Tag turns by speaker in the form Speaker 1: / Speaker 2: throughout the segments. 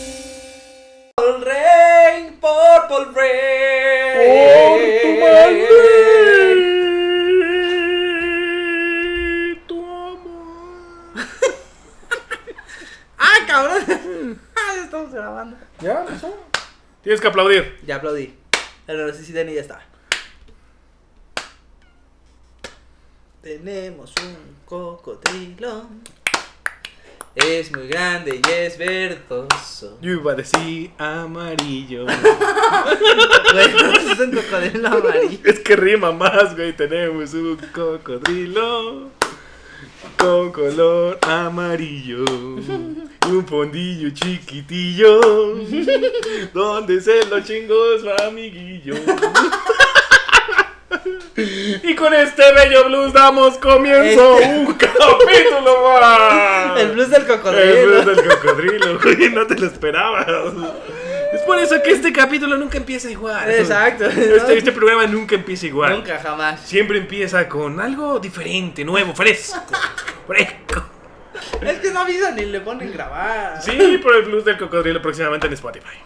Speaker 1: Eh, eh, Tienes que aplaudir.
Speaker 2: Ya aplaudí. Pero sí, sí, Dani, ya está. Tenemos un cocodrilo. Es muy grande y es verdoso.
Speaker 1: Yo iba a decir amarillo.
Speaker 2: Bueno, es un cocodrilo amarillo.
Speaker 1: es que rima más, güey. Tenemos un cocodrilo con color amarillo. Un fondillo chiquitillo. Donde se lo chingos va amiguillo. Y con este bello blues damos comienzo
Speaker 2: Este-
Speaker 1: un capítulo más.
Speaker 2: El blues del
Speaker 1: El blues
Speaker 2: cocodrilo.
Speaker 1: del cocodrilo, güey, no te lo esperabas. Es por eso que este capítulo nunca empieza igual.
Speaker 2: Exacto.
Speaker 1: Este, este programa nunca empieza igual.
Speaker 2: Nunca jamás.
Speaker 1: Siempre empieza con algo diferente, nuevo, fresco. Fresco.
Speaker 2: Es que no avisan ni le ponen grabar.
Speaker 1: Sí, por el blues del cocodrilo próximamente en Spotify.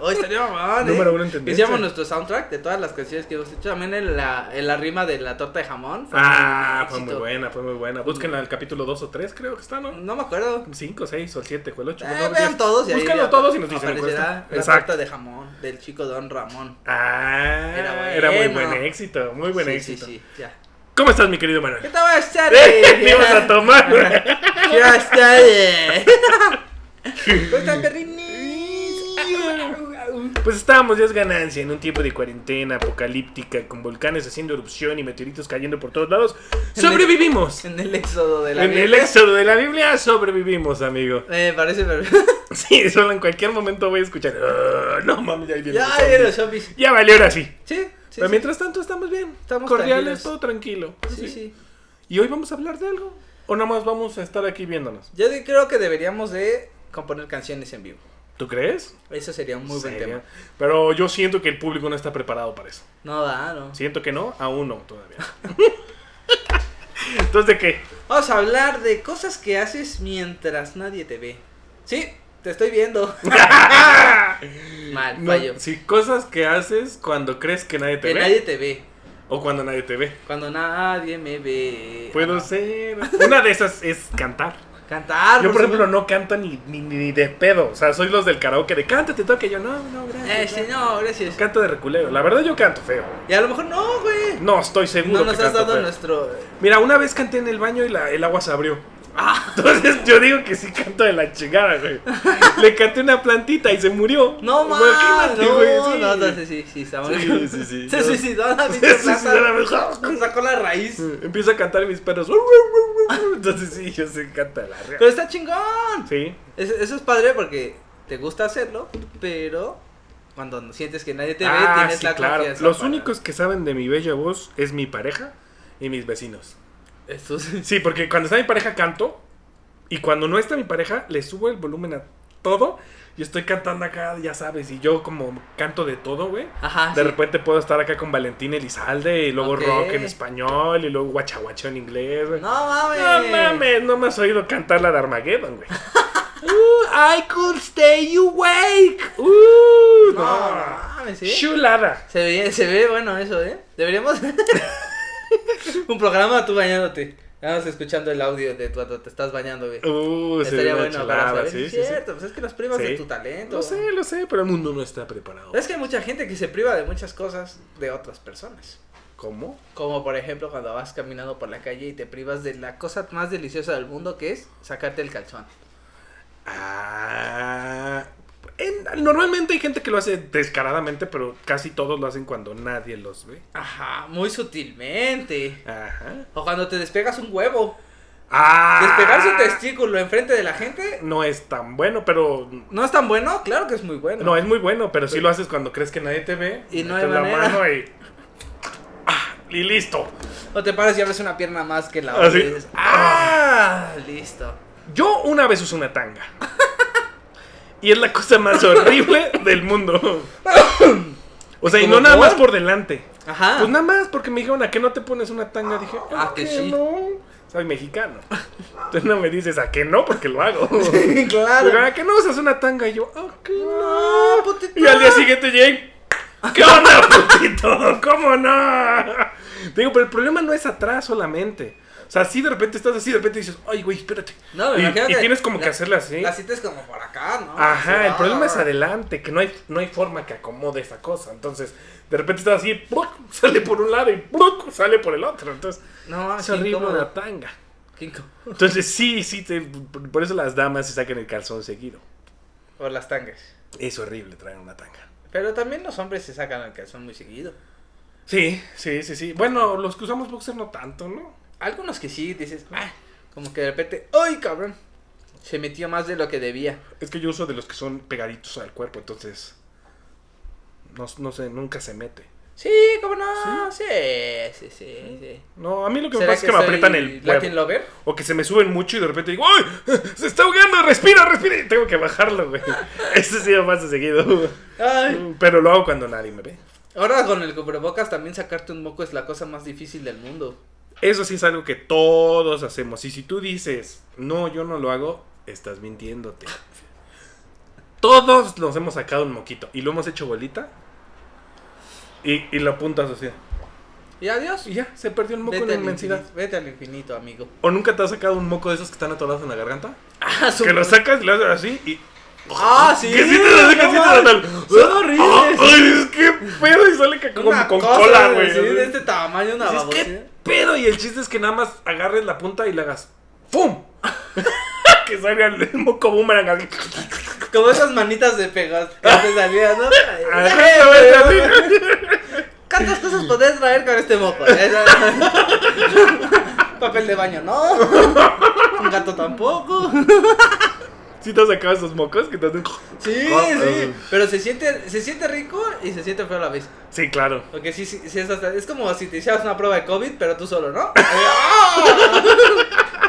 Speaker 2: Hoy estaría mamón. ¿eh?
Speaker 1: Número uno en tendencia.
Speaker 2: Hicimos nuestro soundtrack de todas las canciones que hemos hecho. También en la, en la rima de la torta de jamón. Fue
Speaker 1: Ah,
Speaker 2: un
Speaker 1: fue muy
Speaker 2: éxito.
Speaker 1: buena, fue muy buena. Búsquenla el capítulo 2 o 3, creo que está, ¿no?
Speaker 2: No me acuerdo.
Speaker 1: 5, 6 o 7, o el 8.
Speaker 2: Eh, vean todos. y ahí
Speaker 1: Búsquenlo
Speaker 2: ya
Speaker 1: todos y nos dicen cuál
Speaker 2: aparecerá
Speaker 1: está.
Speaker 2: la
Speaker 1: Exacto.
Speaker 2: torta de jamón del chico Don Ramón.
Speaker 1: Ah, era,
Speaker 2: Era
Speaker 1: muy
Speaker 2: bueno.
Speaker 1: buen éxito, muy buen
Speaker 2: sí, sí,
Speaker 1: éxito.
Speaker 2: sí, ya.
Speaker 1: ¿Cómo estás, mi querido Manuel?
Speaker 2: ¿Qué te va a estar?
Speaker 1: Te ibas a tomar.
Speaker 2: Ya está. eh. Pues, ¿Cómo están, perrinis?
Speaker 1: Pues estábamos, ya es ganancia, en un tiempo de cuarentena apocalíptica, con volcanes haciendo erupción y meteoritos cayendo por todos lados. ¡Sobrevivimos!
Speaker 2: En el éxodo de la
Speaker 1: En el
Speaker 2: Biblia.
Speaker 1: éxodo de la Biblia sobrevivimos, amigo.
Speaker 2: Me parece perfecto.
Speaker 1: Sí, solo en cualquier momento voy a escuchar. "Ah, no mames, ya ahí vienen
Speaker 2: ya,
Speaker 1: los
Speaker 2: vienen
Speaker 1: zombies".
Speaker 2: los zombies.
Speaker 1: Ya valió ahora sí.
Speaker 2: Sí, sí.
Speaker 1: Pero
Speaker 2: sí.
Speaker 1: mientras tanto estamos bien.
Speaker 2: Estamos
Speaker 1: cordiales,
Speaker 2: tranquilos.
Speaker 1: todo tranquilo.
Speaker 2: Sí,
Speaker 1: Sí.
Speaker 2: sí.
Speaker 1: ¿Y hoy vamos a hablar de algo? ¿O nada más vamos a estar aquí viéndonos?
Speaker 2: Yo de- creo que deberíamos de componer canciones en vivo.
Speaker 1: ¿Tú crees?
Speaker 2: Eso sería un muy buen
Speaker 1: Sería.
Speaker 2: tema.
Speaker 1: Pero yo siento que el público no está preparado para eso.
Speaker 2: No da, no.
Speaker 1: Siento que no, aún no todavía. Entonces, ¿de qué?
Speaker 2: Vamos a hablar de cosas que haces mientras nadie te ve. Sí, te estoy viendo. Mal,
Speaker 1: No,
Speaker 2: fallo.
Speaker 1: si cosas que haces cuando crees que nadie te
Speaker 2: que
Speaker 1: ve
Speaker 2: nadie te ve.
Speaker 1: o cuando nadie te ve.
Speaker 2: Cuando nadie me ve.
Speaker 1: Puedo
Speaker 2: Ah, no.
Speaker 1: ser. Una de esas es cantar.
Speaker 2: Cantar.
Speaker 1: Yo, por ejemplo,
Speaker 2: Ah, supuesto.
Speaker 1: no canto ni, ni, ni de pedo. O sea, soy los del karaoke de cántate, toque. Yo, no, no, gracias.
Speaker 2: Eh, sí, no, gracias.
Speaker 1: Canto de reculeo. La verdad, yo canto feo.
Speaker 2: Y a lo mejor no, güey.
Speaker 1: No, estoy seguro
Speaker 2: No nos
Speaker 1: que
Speaker 2: has
Speaker 1: canto
Speaker 2: dado
Speaker 1: feo.
Speaker 2: nuestro.
Speaker 1: Mira, una vez canté en el baño y la- el agua se abrió.
Speaker 2: Ah.
Speaker 1: Entonces yo digo que sí canto de la chingada, güey. Le canté una plantita y se murió.
Speaker 2: No
Speaker 1: Güey,
Speaker 2: mames,
Speaker 1: imagínate,
Speaker 2: no,
Speaker 1: güey,
Speaker 2: no,
Speaker 1: sí.
Speaker 2: no, sí, sí, sí, está mal.
Speaker 1: Sí, sí, sí.
Speaker 2: Se
Speaker 1: No.
Speaker 2: suicidó la
Speaker 1: Sí,
Speaker 2: pinche
Speaker 1: sí, sí, era
Speaker 2: planta.
Speaker 1: mejor.
Speaker 2: Sacó la raíz.
Speaker 1: Empieza a cantar mis perros. Entonces sí, yo sé canta de la
Speaker 2: Pero
Speaker 1: real.
Speaker 2: está chingón.
Speaker 1: Sí.
Speaker 2: Es- Eso es padre porque te gusta hacerlo, pero cuando sientes que nadie te ve,
Speaker 1: Ah,
Speaker 2: tienes
Speaker 1: sí,
Speaker 2: la
Speaker 1: claro.
Speaker 2: confianza.
Speaker 1: Los
Speaker 2: para-
Speaker 1: únicos que saben de mi bella voz es mi pareja y mis vecinos.
Speaker 2: Estos-
Speaker 1: Sí, porque cuando está mi pareja canto y cuando no está mi pareja le subo el volumen a todo y estoy cantando acá, ya sabes, y yo como canto de todo, güey.
Speaker 2: Ajá.
Speaker 1: De
Speaker 2: Ah, sí.
Speaker 1: repente puedo estar acá con Valentín Elizalde y luego
Speaker 2: Ok.
Speaker 1: rock en español y luego guachaguacho en inglés. güey.
Speaker 2: No mames.
Speaker 1: No mames, no me has oído cantar la de Armageddon, güey. Uh, I could stay awake.
Speaker 2: No
Speaker 1: Uh, no.
Speaker 2: mames, ¿eh?
Speaker 1: Chulada.
Speaker 2: Se ve, se ve bueno eso, ¿eh? Deberíamos. Un programa tú bañándote. Vamos escuchando el audio de cuando te estás bañando, güey.
Speaker 1: Uh, se ve
Speaker 2: Estaría
Speaker 1: una
Speaker 2: bueno para
Speaker 1: chulada,
Speaker 2: saber.
Speaker 1: sí,
Speaker 2: es
Speaker 1: sí, sí.
Speaker 2: cierto, pues es que nos privas
Speaker 1: Sí.
Speaker 2: de tu talento.
Speaker 1: Lo sé, lo sé, pero el mundo no está preparado.
Speaker 2: Es que hay mucha gente que se priva de muchas cosas de otras personas.
Speaker 1: ¿Cómo?
Speaker 2: Como por ejemplo cuando vas caminando por la calle y te privas de la cosa más deliciosa del mundo que es sacarte el calzón.
Speaker 1: Ah, en- normalmente hay gente que lo hace descaradamente, pero casi todos lo hacen cuando nadie los ve.
Speaker 2: Ajá, muy sutilmente.
Speaker 1: Ajá.
Speaker 2: O cuando te despegas un huevo.
Speaker 1: Ah,
Speaker 2: Despegar su testículo enfrente de la gente
Speaker 1: No es tan bueno, pero.
Speaker 2: no es tan bueno, claro que es muy bueno.
Speaker 1: No, es muy bueno, pero si lo haces cuando crees que nadie te ve.
Speaker 2: Y no
Speaker 1: metes
Speaker 2: hay
Speaker 1: la
Speaker 2: manera.
Speaker 1: mano y. Ah, y listo.
Speaker 2: O te paras y abres una pierna más que la otra
Speaker 1: Así.
Speaker 2: y dices, ¡ah! Listo.
Speaker 1: Yo una vez usé una tanga. Y es la cosa más horrible del mundo. O sea, y no
Speaker 2: ¿Cómo
Speaker 1: nada
Speaker 2: por?
Speaker 1: más por delante.
Speaker 2: Ajá.
Speaker 1: Pues nada más, porque me dijeron, ¿a qué no te pones una tanga? Dije,
Speaker 2: Ah,
Speaker 1: ¿a
Speaker 2: que
Speaker 1: qué
Speaker 2: sí.
Speaker 1: no? Soy mexicano. Entonces no me dices, ¿a qué no? Porque lo hago. Digo,
Speaker 2: claro. Ah,
Speaker 1: ¿a qué no usas una tanga? Y yo, ¿a qué no?
Speaker 2: No, putito.
Speaker 1: Y al día siguiente llegué, ¿qué onda, putito? ¿Cómo no? Digo, pero el problema no es atrás solamente. O sea, sí de repente estás así, de repente dices, ay, güey, espérate.
Speaker 2: No, me
Speaker 1: y,
Speaker 2: imagino
Speaker 1: y
Speaker 2: que
Speaker 1: tienes como que
Speaker 2: la-
Speaker 1: hacerla así.
Speaker 2: La cita es como por acá, ¿no?
Speaker 1: Ajá,
Speaker 2: Así,
Speaker 1: el problema
Speaker 2: ah.
Speaker 1: es adelante, que no hay, no hay forma que acomode esa cosa. Entonces, de repente estás así, ¡pluc! sale por un lado y ¡pluc! sale por el otro. Entonces,
Speaker 2: No,
Speaker 1: es
Speaker 2: es
Speaker 1: horrible
Speaker 2: incómodo.
Speaker 1: una tanga.
Speaker 2: Qué incómodo.
Speaker 1: Entonces, sí, sí, te- por por eso las damas se sacan el calzón seguido.
Speaker 2: Por las tangas.
Speaker 1: Es horrible traer una tanga.
Speaker 2: Pero también los hombres se sacan el calzón muy seguido.
Speaker 1: Sí, sí, sí, sí. Bueno, los que usamos boxer no tanto, ¿no?
Speaker 2: Algunos que sí, dices, ah, como que de repente, ¡ay, cabrón! Se metió más de lo que debía.
Speaker 1: Es que yo uso de los que son pegaditos al cuerpo, entonces. No, no sé, nunca se mete.
Speaker 2: Sí, cómo no, sí, sí, sí, sí.
Speaker 1: No, a mí lo que me
Speaker 2: ¿Será
Speaker 1: pasa es que me
Speaker 2: soy
Speaker 1: aprietan el
Speaker 2: Latin
Speaker 1: huevo.
Speaker 2: Lover?
Speaker 1: O que se me suben mucho y de repente digo, ¡ay! ¡Se está ahogando! ¡Respira, respira! Y tengo que bajarlo, güey. Eso sí me pasa seguido.
Speaker 2: Ay.
Speaker 1: Pero lo hago cuando nadie me ve.
Speaker 2: Ahora con el cubrebocas también sacarte un moco es la cosa más difícil del mundo.
Speaker 1: Eso sí es algo que todos hacemos. Y si tú dices, no, yo no lo hago, estás mintiéndote. Todos nos hemos sacado un moquito y lo hemos hecho bolita. Y, y lo apuntas así.
Speaker 2: Y adiós.
Speaker 1: Y ya, se perdió el moco en
Speaker 2: Vete
Speaker 1: la
Speaker 2: al,
Speaker 1: inmensidad.
Speaker 2: infinito, vete al infinito, amigo.
Speaker 1: ¿O nunca te has sacado un moco de esos que están atorados en la garganta?
Speaker 2: Ah,
Speaker 1: Que lo sacas y lo haces así y.
Speaker 2: Ah, sí.
Speaker 1: que sí te lo sacas, sí te lo sacas.
Speaker 2: Son horribles.
Speaker 1: ¡Ay, es que pedo! Y sale que como
Speaker 2: Una
Speaker 1: con
Speaker 2: cosa
Speaker 1: cola,
Speaker 2: de
Speaker 1: güey.
Speaker 2: decir, de
Speaker 1: Dices,
Speaker 2: este tamaño, una
Speaker 1: ¿Qué
Speaker 2: babosina.
Speaker 1: pedo? Y el chiste es que nada más agarres la punta y le hagas ¡Fum! que salga el moco boomerang así.
Speaker 2: Como esas manitas de pegas que antes salían, ¿no?
Speaker 1: Exactamente así.
Speaker 2: ¿Cuántas cosas podés traer con este moco? Papel de baño, no. Un gato tampoco.
Speaker 1: ¿Sí te has sacado esos mocos? Que te hacen-
Speaker 2: Sí,
Speaker 1: Ah,
Speaker 2: sí.
Speaker 1: eh.
Speaker 2: Pero se siente, se siente rico y se siente feo a la vez.
Speaker 1: Sí, claro.
Speaker 2: Porque sí, sí, sí es, hasta- es como si te hicieras una prueba de COVID, pero tú solo, ¿no? ¡Ah!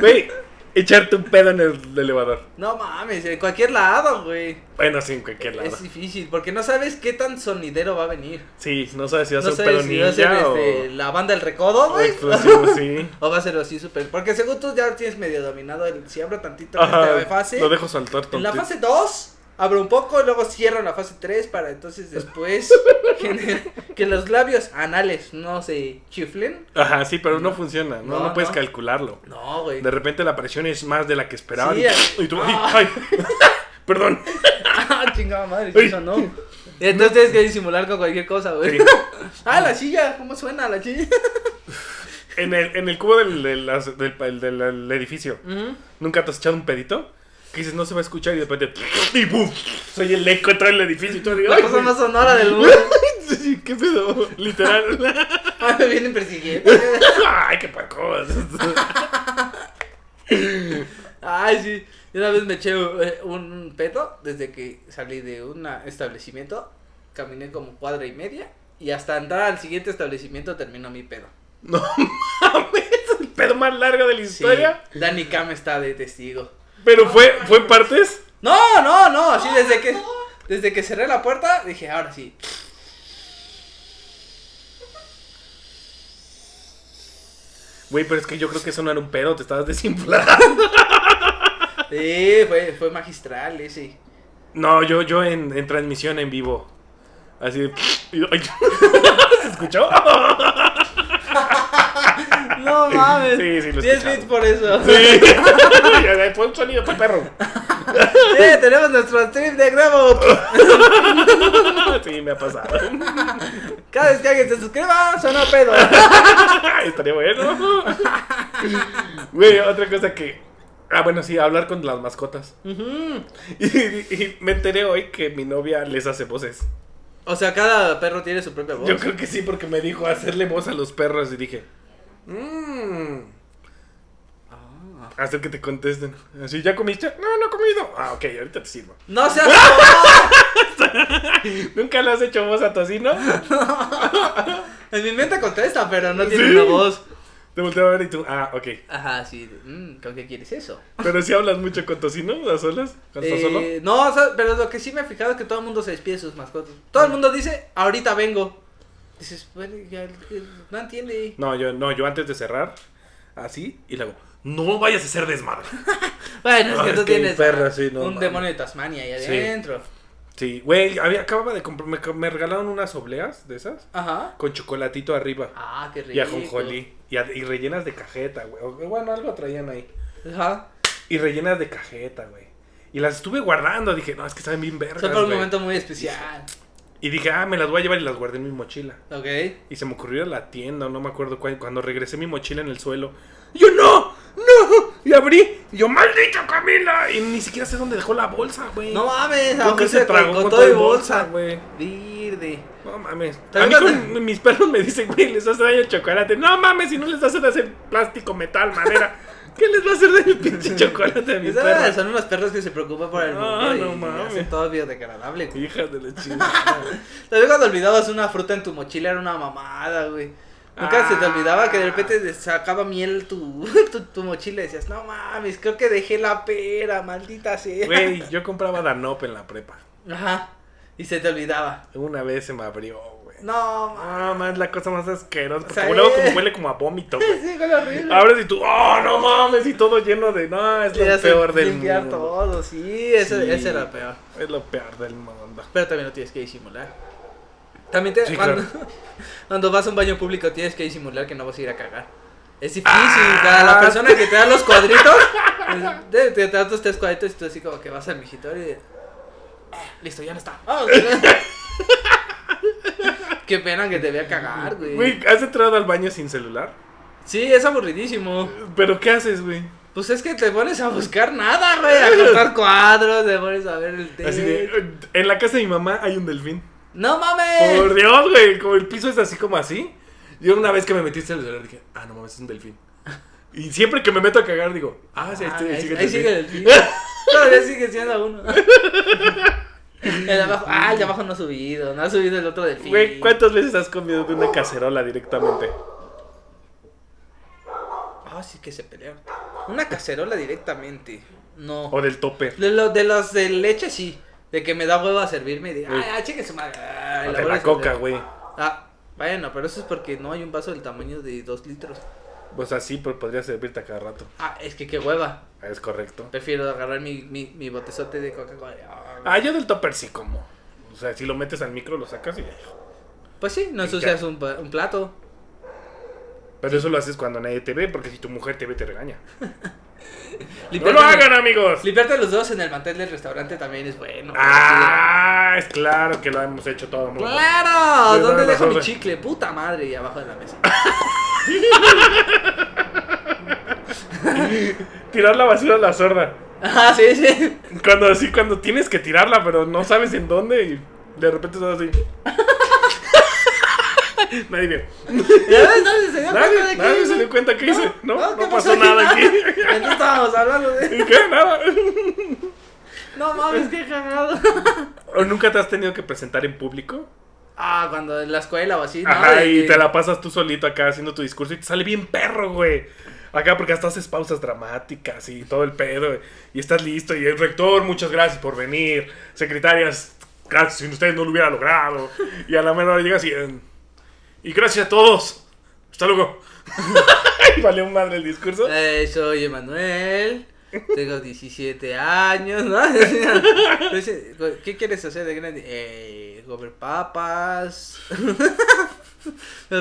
Speaker 1: Güey, echarte un pedo en el elevador.
Speaker 2: No mames, en cualquier lado, güey.
Speaker 1: Bueno, sí, en cualquier lado.
Speaker 2: Es difícil, porque no sabes qué tan sonidero va a venir.
Speaker 1: Sí, no sabes si va a
Speaker 2: No
Speaker 1: ser un
Speaker 2: sabes
Speaker 1: pedo
Speaker 2: si va a ser
Speaker 1: ninja o...
Speaker 2: este, la banda El Recodo,
Speaker 1: o
Speaker 2: güey.
Speaker 1: explosivo, sí.
Speaker 2: O va a ser así súper. Porque según tú ya tienes medio dominado el. Si abro tantito
Speaker 1: Ajá,
Speaker 2: esta fase.
Speaker 1: Lo dejo saltar
Speaker 2: En la
Speaker 1: tantito.
Speaker 2: fase 2, abro un poco y luego cierro la fase 3 para entonces después que, que los labios anales no se chiflen.
Speaker 1: Ajá, sí, pero no funciona. No,
Speaker 2: No,
Speaker 1: no puedes
Speaker 2: no.
Speaker 1: calcularlo.
Speaker 2: No, güey.
Speaker 1: De repente la presión es más de la que esperaba.
Speaker 2: Sí, eh.
Speaker 1: y, y tú, ay, ay. Perdón.
Speaker 2: Ah, chingada madre,
Speaker 1: Uy.
Speaker 2: eso no. Entonces tienes que disimular con cualquier cosa, güey.
Speaker 1: Sí.
Speaker 2: Ah, la silla, ¿cómo suena la silla?
Speaker 1: En el, en el cubo del, del, del- del- del- del edificio, ¿nunca te has echado un pedito? Que dices, no se va a escuchar y de repente, y ¡buf! Soy el eco de todo el edificio. Y tú,
Speaker 2: La
Speaker 1: ay,
Speaker 2: cosa
Speaker 1: güey.
Speaker 2: más sonora del mundo.
Speaker 1: Sí, ¿Qué pedo? Literal.
Speaker 2: Ah, me vienen persiguiendo.
Speaker 1: ay, qué pacos.
Speaker 2: Ay, sí. Yo una vez me eché eh, un peto desde que salí de un establecimiento. Caminé como cuadra y media. Y hasta entrar al siguiente establecimiento terminó mi pedo.
Speaker 1: No mames, es el pedo más largo de la
Speaker 2: Sí,
Speaker 1: historia.
Speaker 2: Danny Cam está de testigo.
Speaker 1: Pero fue, fue en partes.
Speaker 2: No, no, no. Así desde que desde que cerré la puerta dije, ahora sí.
Speaker 1: Güey, pero es que yo creo que eso no era un pedo, te estabas desinflando.
Speaker 2: Sí, fue, fue magistral ese.
Speaker 1: No, yo, yo en, en transmisión en vivo. Así de. y yo- ay, ¿Se escuchó?
Speaker 2: No mames.
Speaker 1: Sí, sí, lo he
Speaker 2: 10
Speaker 1: escuchado.
Speaker 2: bits por eso.
Speaker 1: Sí. Fue un sonido para perro.
Speaker 2: Sí, tenemos nuestro stream de grabo.
Speaker 1: Sí, me ha pasado.
Speaker 2: Cada vez que alguien se suscriba, suena pedo.
Speaker 1: Estaría bueno. Güey, otra cosa que. Ah, bueno, sí, hablar con las mascotas.
Speaker 2: Ujú.
Speaker 1: Y, y me enteré hoy que mi novia les hace voces.
Speaker 2: O sea, cada perro tiene su propia voz.
Speaker 1: Yo creo que Oh, sí, porque me dijo hacerle voz a los perros y dije. Mmm.
Speaker 2: Ah.
Speaker 1: Hacer que te contesten. Así, ¿ya comiste? No, no he comido. Ah, ok, ahorita te sirvo.
Speaker 2: No seas
Speaker 1: ¡Ah!
Speaker 2: mamón.
Speaker 1: ¿Nunca le has hecho voz a Tocino?
Speaker 2: En mi mente contesta, pero no tiene
Speaker 1: Sí.
Speaker 2: una voz.
Speaker 1: Te volteo a ver y tú, ah, ok.
Speaker 2: Ajá, sí. Mm, ¿Con qué quieres eso?
Speaker 1: Pero si hablas mucho con Tocino, a solas, cuando estás solo.
Speaker 2: Eh, no, o sea, pero lo que sí me he fijado es que todo el mundo se despide de sus mascotas. Todo
Speaker 1: Mm.
Speaker 2: el mundo dice, ahorita vengo. Dices, bueno, ya, eh, no entiende.
Speaker 1: No, yo, no, yo antes de cerrar, así, y le hago, no vayas a ser desmadre.
Speaker 2: Bueno, es
Speaker 1: Ah,
Speaker 2: que
Speaker 1: es
Speaker 2: tú
Speaker 1: que hay
Speaker 2: tienes
Speaker 1: perros, sí, no
Speaker 2: un
Speaker 1: mames.
Speaker 2: demonio de Tasmania ahí
Speaker 1: Sí.
Speaker 2: adentro.
Speaker 1: Sí, güey, había, acababa de comprar, me, me regalaron unas obleas de esas
Speaker 2: Ajá.
Speaker 1: con chocolatito arriba
Speaker 2: Ah, qué rico.
Speaker 1: y ajonjolí y, a- y rellenas de cajeta, güey. O- Bueno, algo traían ahí.
Speaker 2: Ajá.
Speaker 1: Y rellenas de cajeta, güey. Y las estuve guardando, dije, no, es que saben bien vergas,
Speaker 2: Fue para un
Speaker 1: güey.
Speaker 2: momento muy especial.
Speaker 1: Y dije, ah, me las voy a llevar y las guardé en mi mochila.
Speaker 2: Ok.
Speaker 1: Y se me ocurrió ir a la tienda, no me acuerdo cuál, cuando regresé mi mochila en el suelo. Y Yo no, no, y abrí, y yo maldito Camila, y ni siquiera sé dónde dejó la bolsa, güey.
Speaker 2: No mames,
Speaker 1: Creo que
Speaker 2: aunque
Speaker 1: se
Speaker 2: se
Speaker 1: tragó
Speaker 2: con,
Speaker 1: con
Speaker 2: todo y
Speaker 1: toda
Speaker 2: bolsa.
Speaker 1: güey.
Speaker 2: Verde.
Speaker 1: No mames. A mí
Speaker 2: También
Speaker 1: con-
Speaker 2: cuando-
Speaker 1: mis perros me dicen, güey, les hace daño el chocolate. No mames, si no les hace hacer plástico, metal, madera. ¿Qué les va a hacer daño el pinche chocolate a mis
Speaker 2: Esas
Speaker 1: perros?
Speaker 2: "Ah, son unos perros que se preocupan por el
Speaker 1: No,
Speaker 2: mundo y
Speaker 1: Ah, no mames.
Speaker 2: hacen todo biodegradable, güey.
Speaker 1: Hijas de la chingada.
Speaker 2: También cuando olvidabas una fruta en tu mochila era una mamada, güey. Nunca se te
Speaker 1: Ah.
Speaker 2: olvidaba que de repente te sacaba miel tu, tu, tu mochila y decías, no mames, creo que dejé la pera, maldita sea.
Speaker 1: Güey, yo compraba Danop en la prepa.
Speaker 2: Ajá. Y se te olvidaba.
Speaker 1: Una vez se me abrió, güey.
Speaker 2: No mames.
Speaker 1: No, mames, Ah, la cosa más asquerosa. Porque
Speaker 2: sea,
Speaker 1: luego
Speaker 2: eh.
Speaker 1: como huele como a vómito, güey.
Speaker 2: Sí, huele horrible.
Speaker 1: Abres y tú, oh, no mames, y todo lleno de, no, es
Speaker 2: Tenías
Speaker 1: lo
Speaker 2: que
Speaker 1: peor del
Speaker 2: limpiar
Speaker 1: mundo.
Speaker 2: todo, sí, ese,
Speaker 1: Sí.
Speaker 2: ese era peor.
Speaker 1: Es lo peor del mundo.
Speaker 2: Pero también lo tienes que disimular. También te,
Speaker 1: Sí,
Speaker 2: cuando, cuando vas a un baño público tienes que disimular que no vas a ir a cagar. Es difícil,
Speaker 1: Ah.
Speaker 2: a la persona que te da los cuadritos, pues, te, te da tus tres cuadritos y tú así como que vas al migitorio y... "Ah, listo, ya no está. Vamos. Qué pena que te vea cagar, güey.
Speaker 1: Güey, ¿has entrado al baño sin celular?
Speaker 2: Sí, es aburridísimo.
Speaker 1: ¿Pero qué haces, güey?
Speaker 2: Pues es que te pones a buscar nada, güey, a cortar cuadros, te pones a ver el té.
Speaker 1: Así de, eh, en la casa de mi mamá hay un delfín.
Speaker 2: ¡No mames!
Speaker 1: Por Dios, güey, como el piso es así como así. Yo una vez que me metí el celular dije, ah, no mames, es un delfín. Y siempre que me meto a cagar digo, ah, sí, ahí,
Speaker 2: Ah,
Speaker 1: estoy, ahí
Speaker 2: ahí,
Speaker 1: sigue
Speaker 2: ahí
Speaker 1: el delfín.
Speaker 2: sigue el delfín. Todavía sigue siendo uno. El de abajo, ah, el de abajo no ha subido, no ha subido el otro delfín.
Speaker 1: Güey, ¿cuántas veces has comido de una cacerola directamente?
Speaker 2: Ah, sí que se pelearon. Una cacerola directamente. No.
Speaker 1: O del topper.
Speaker 2: De, lo- de los de leche sí, de que me da huevo a servirme y de,
Speaker 1: Güey.
Speaker 2: ay, ay, cheque su madre. ay,
Speaker 1: O
Speaker 2: la voy
Speaker 1: de
Speaker 2: a
Speaker 1: la
Speaker 2: hacer-
Speaker 1: coca, güey.
Speaker 2: Ah, bueno, pero eso es porque no hay un vaso del tamaño de dos litros.
Speaker 1: O sea, sí, pero podría servirte a cada rato.
Speaker 2: Ah, es que qué hueva.
Speaker 1: Ah, Es correcto.
Speaker 2: Prefiero agarrar mi, mi, mi botezote de Coca-Cola.
Speaker 1: Ah, yo del topper sí como. O sea, si lo metes al micro, lo sacas y ya.
Speaker 2: Pues sí, no ensucias un, pa- un plato.
Speaker 1: Pero eso lo haces cuando nadie te ve, porque si tu mujer te ve, te regaña. ¡No lo
Speaker 2: Limpiarte-
Speaker 1: hagan, amigos!
Speaker 2: Limpiarte los dedos en el mantel del restaurante también es bueno.
Speaker 1: ¡Ah! Es claro que lo hemos hecho todo el mundo.
Speaker 2: ¡Claro!
Speaker 1: Sí,
Speaker 2: ¿Dónde
Speaker 1: no, no,
Speaker 2: dejo
Speaker 1: no,
Speaker 2: mi
Speaker 1: no.
Speaker 2: chicle? Puta madre, y abajo de la mesa.
Speaker 1: Tirar la basura a la sorda.
Speaker 2: Ah, sí, sí.
Speaker 1: Cuando así, cuando tienes que tirarla, pero no sabes en dónde y de repente estás así. nadie vio.
Speaker 2: Ya ves, nadie se dio
Speaker 1: Nadie,
Speaker 2: cuenta de
Speaker 1: nadie
Speaker 2: que.
Speaker 1: se dio cuenta que hice. No, no,
Speaker 2: ¿qué
Speaker 1: pasó nada aquí.
Speaker 2: Entonces estábamos hablando de.
Speaker 1: ¿Y qué? Nada.
Speaker 2: No mames, qué cagado.
Speaker 1: ¿O nunca te has tenido que presentar en público?
Speaker 2: Ah, cuando en la escuela o así. ¿no?
Speaker 1: Ajá,
Speaker 2: De
Speaker 1: y
Speaker 2: que-
Speaker 1: te la pasas tú solito acá haciendo tu discurso y te sale bien perro, güey. Acá porque hasta haces pausas dramáticas y todo el pedo. güey. Y estás listo. Y el rector, muchas gracias por venir. Secretarias, gracias, sin ustedes no lo hubiera logrado. Y a la mera hora llegas y... em, Y gracias a todos. Hasta luego. y vale un madre el discurso.
Speaker 2: Eh, soy Emanuel. Tengo 17 años, ¿no? Entonces, ¿Qué quieres hacer de grande? Eh, comer papas.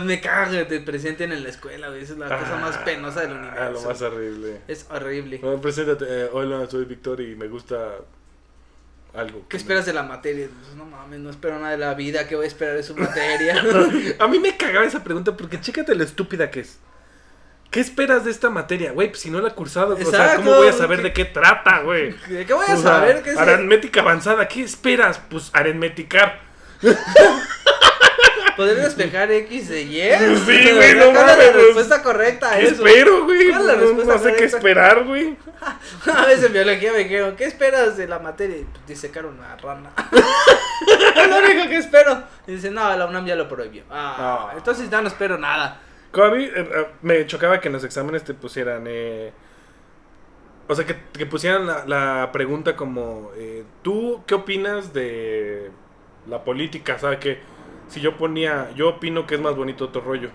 Speaker 2: Me cago que te presenten en la escuela, güey. Esa es la cosa más penosa del
Speaker 1: Ah, lo
Speaker 2: universo. Eh.
Speaker 1: más horrible.
Speaker 2: Es horrible.
Speaker 1: Bueno, preséntate. eh, hola, soy Víctor y me gusta algo.
Speaker 2: ¿Qué esperas de la materia? Pues, no mames, no espero nada de la vida. ¿Qué voy a esperar de su materia?
Speaker 1: A mí me cagaba esa pregunta porque chécate lo estúpida que es. ¿Qué esperas de esta materia, güey? Pues si no la he cursado, o sea, ¿cómo
Speaker 2: Exacto,
Speaker 1: voy a saber
Speaker 2: ¿qué-
Speaker 1: de qué trata, güey?
Speaker 2: ¿De ¿Qué voy a
Speaker 1: O sea,
Speaker 2: saber? ¿Qué es
Speaker 1: aritmética avanzada, ¿qué esperas? Pues aritmeticar.
Speaker 2: ¿Poder despejar X de Y?
Speaker 1: Sí, güey, no
Speaker 2: ¿Cuál es
Speaker 1: mames,
Speaker 2: la
Speaker 1: pues,
Speaker 2: respuesta correcta a
Speaker 1: ¿Qué
Speaker 2: eso?
Speaker 1: espero, güey?
Speaker 2: ¿Cuál es la
Speaker 1: No,
Speaker 2: respuesta
Speaker 1: no sé qué
Speaker 2: correcta?
Speaker 1: esperar, güey.
Speaker 2: Una vez en biología me dijeron, ¿qué esperas de la materia? Y pues, disecar una rana. es lo único que espero. Y dice, no, la UNAM ya lo prohibió. Ah,
Speaker 1: Ah.
Speaker 2: Entonces ya no espero nada.
Speaker 1: Como a mí eh, eh, me chocaba que en los exámenes te pusieran. eh, o sea, que, que pusieran la, la pregunta como: eh, ¿Tú qué opinas de la política? O sea, que si yo ponía, yo opino que es más bonito otro rollo.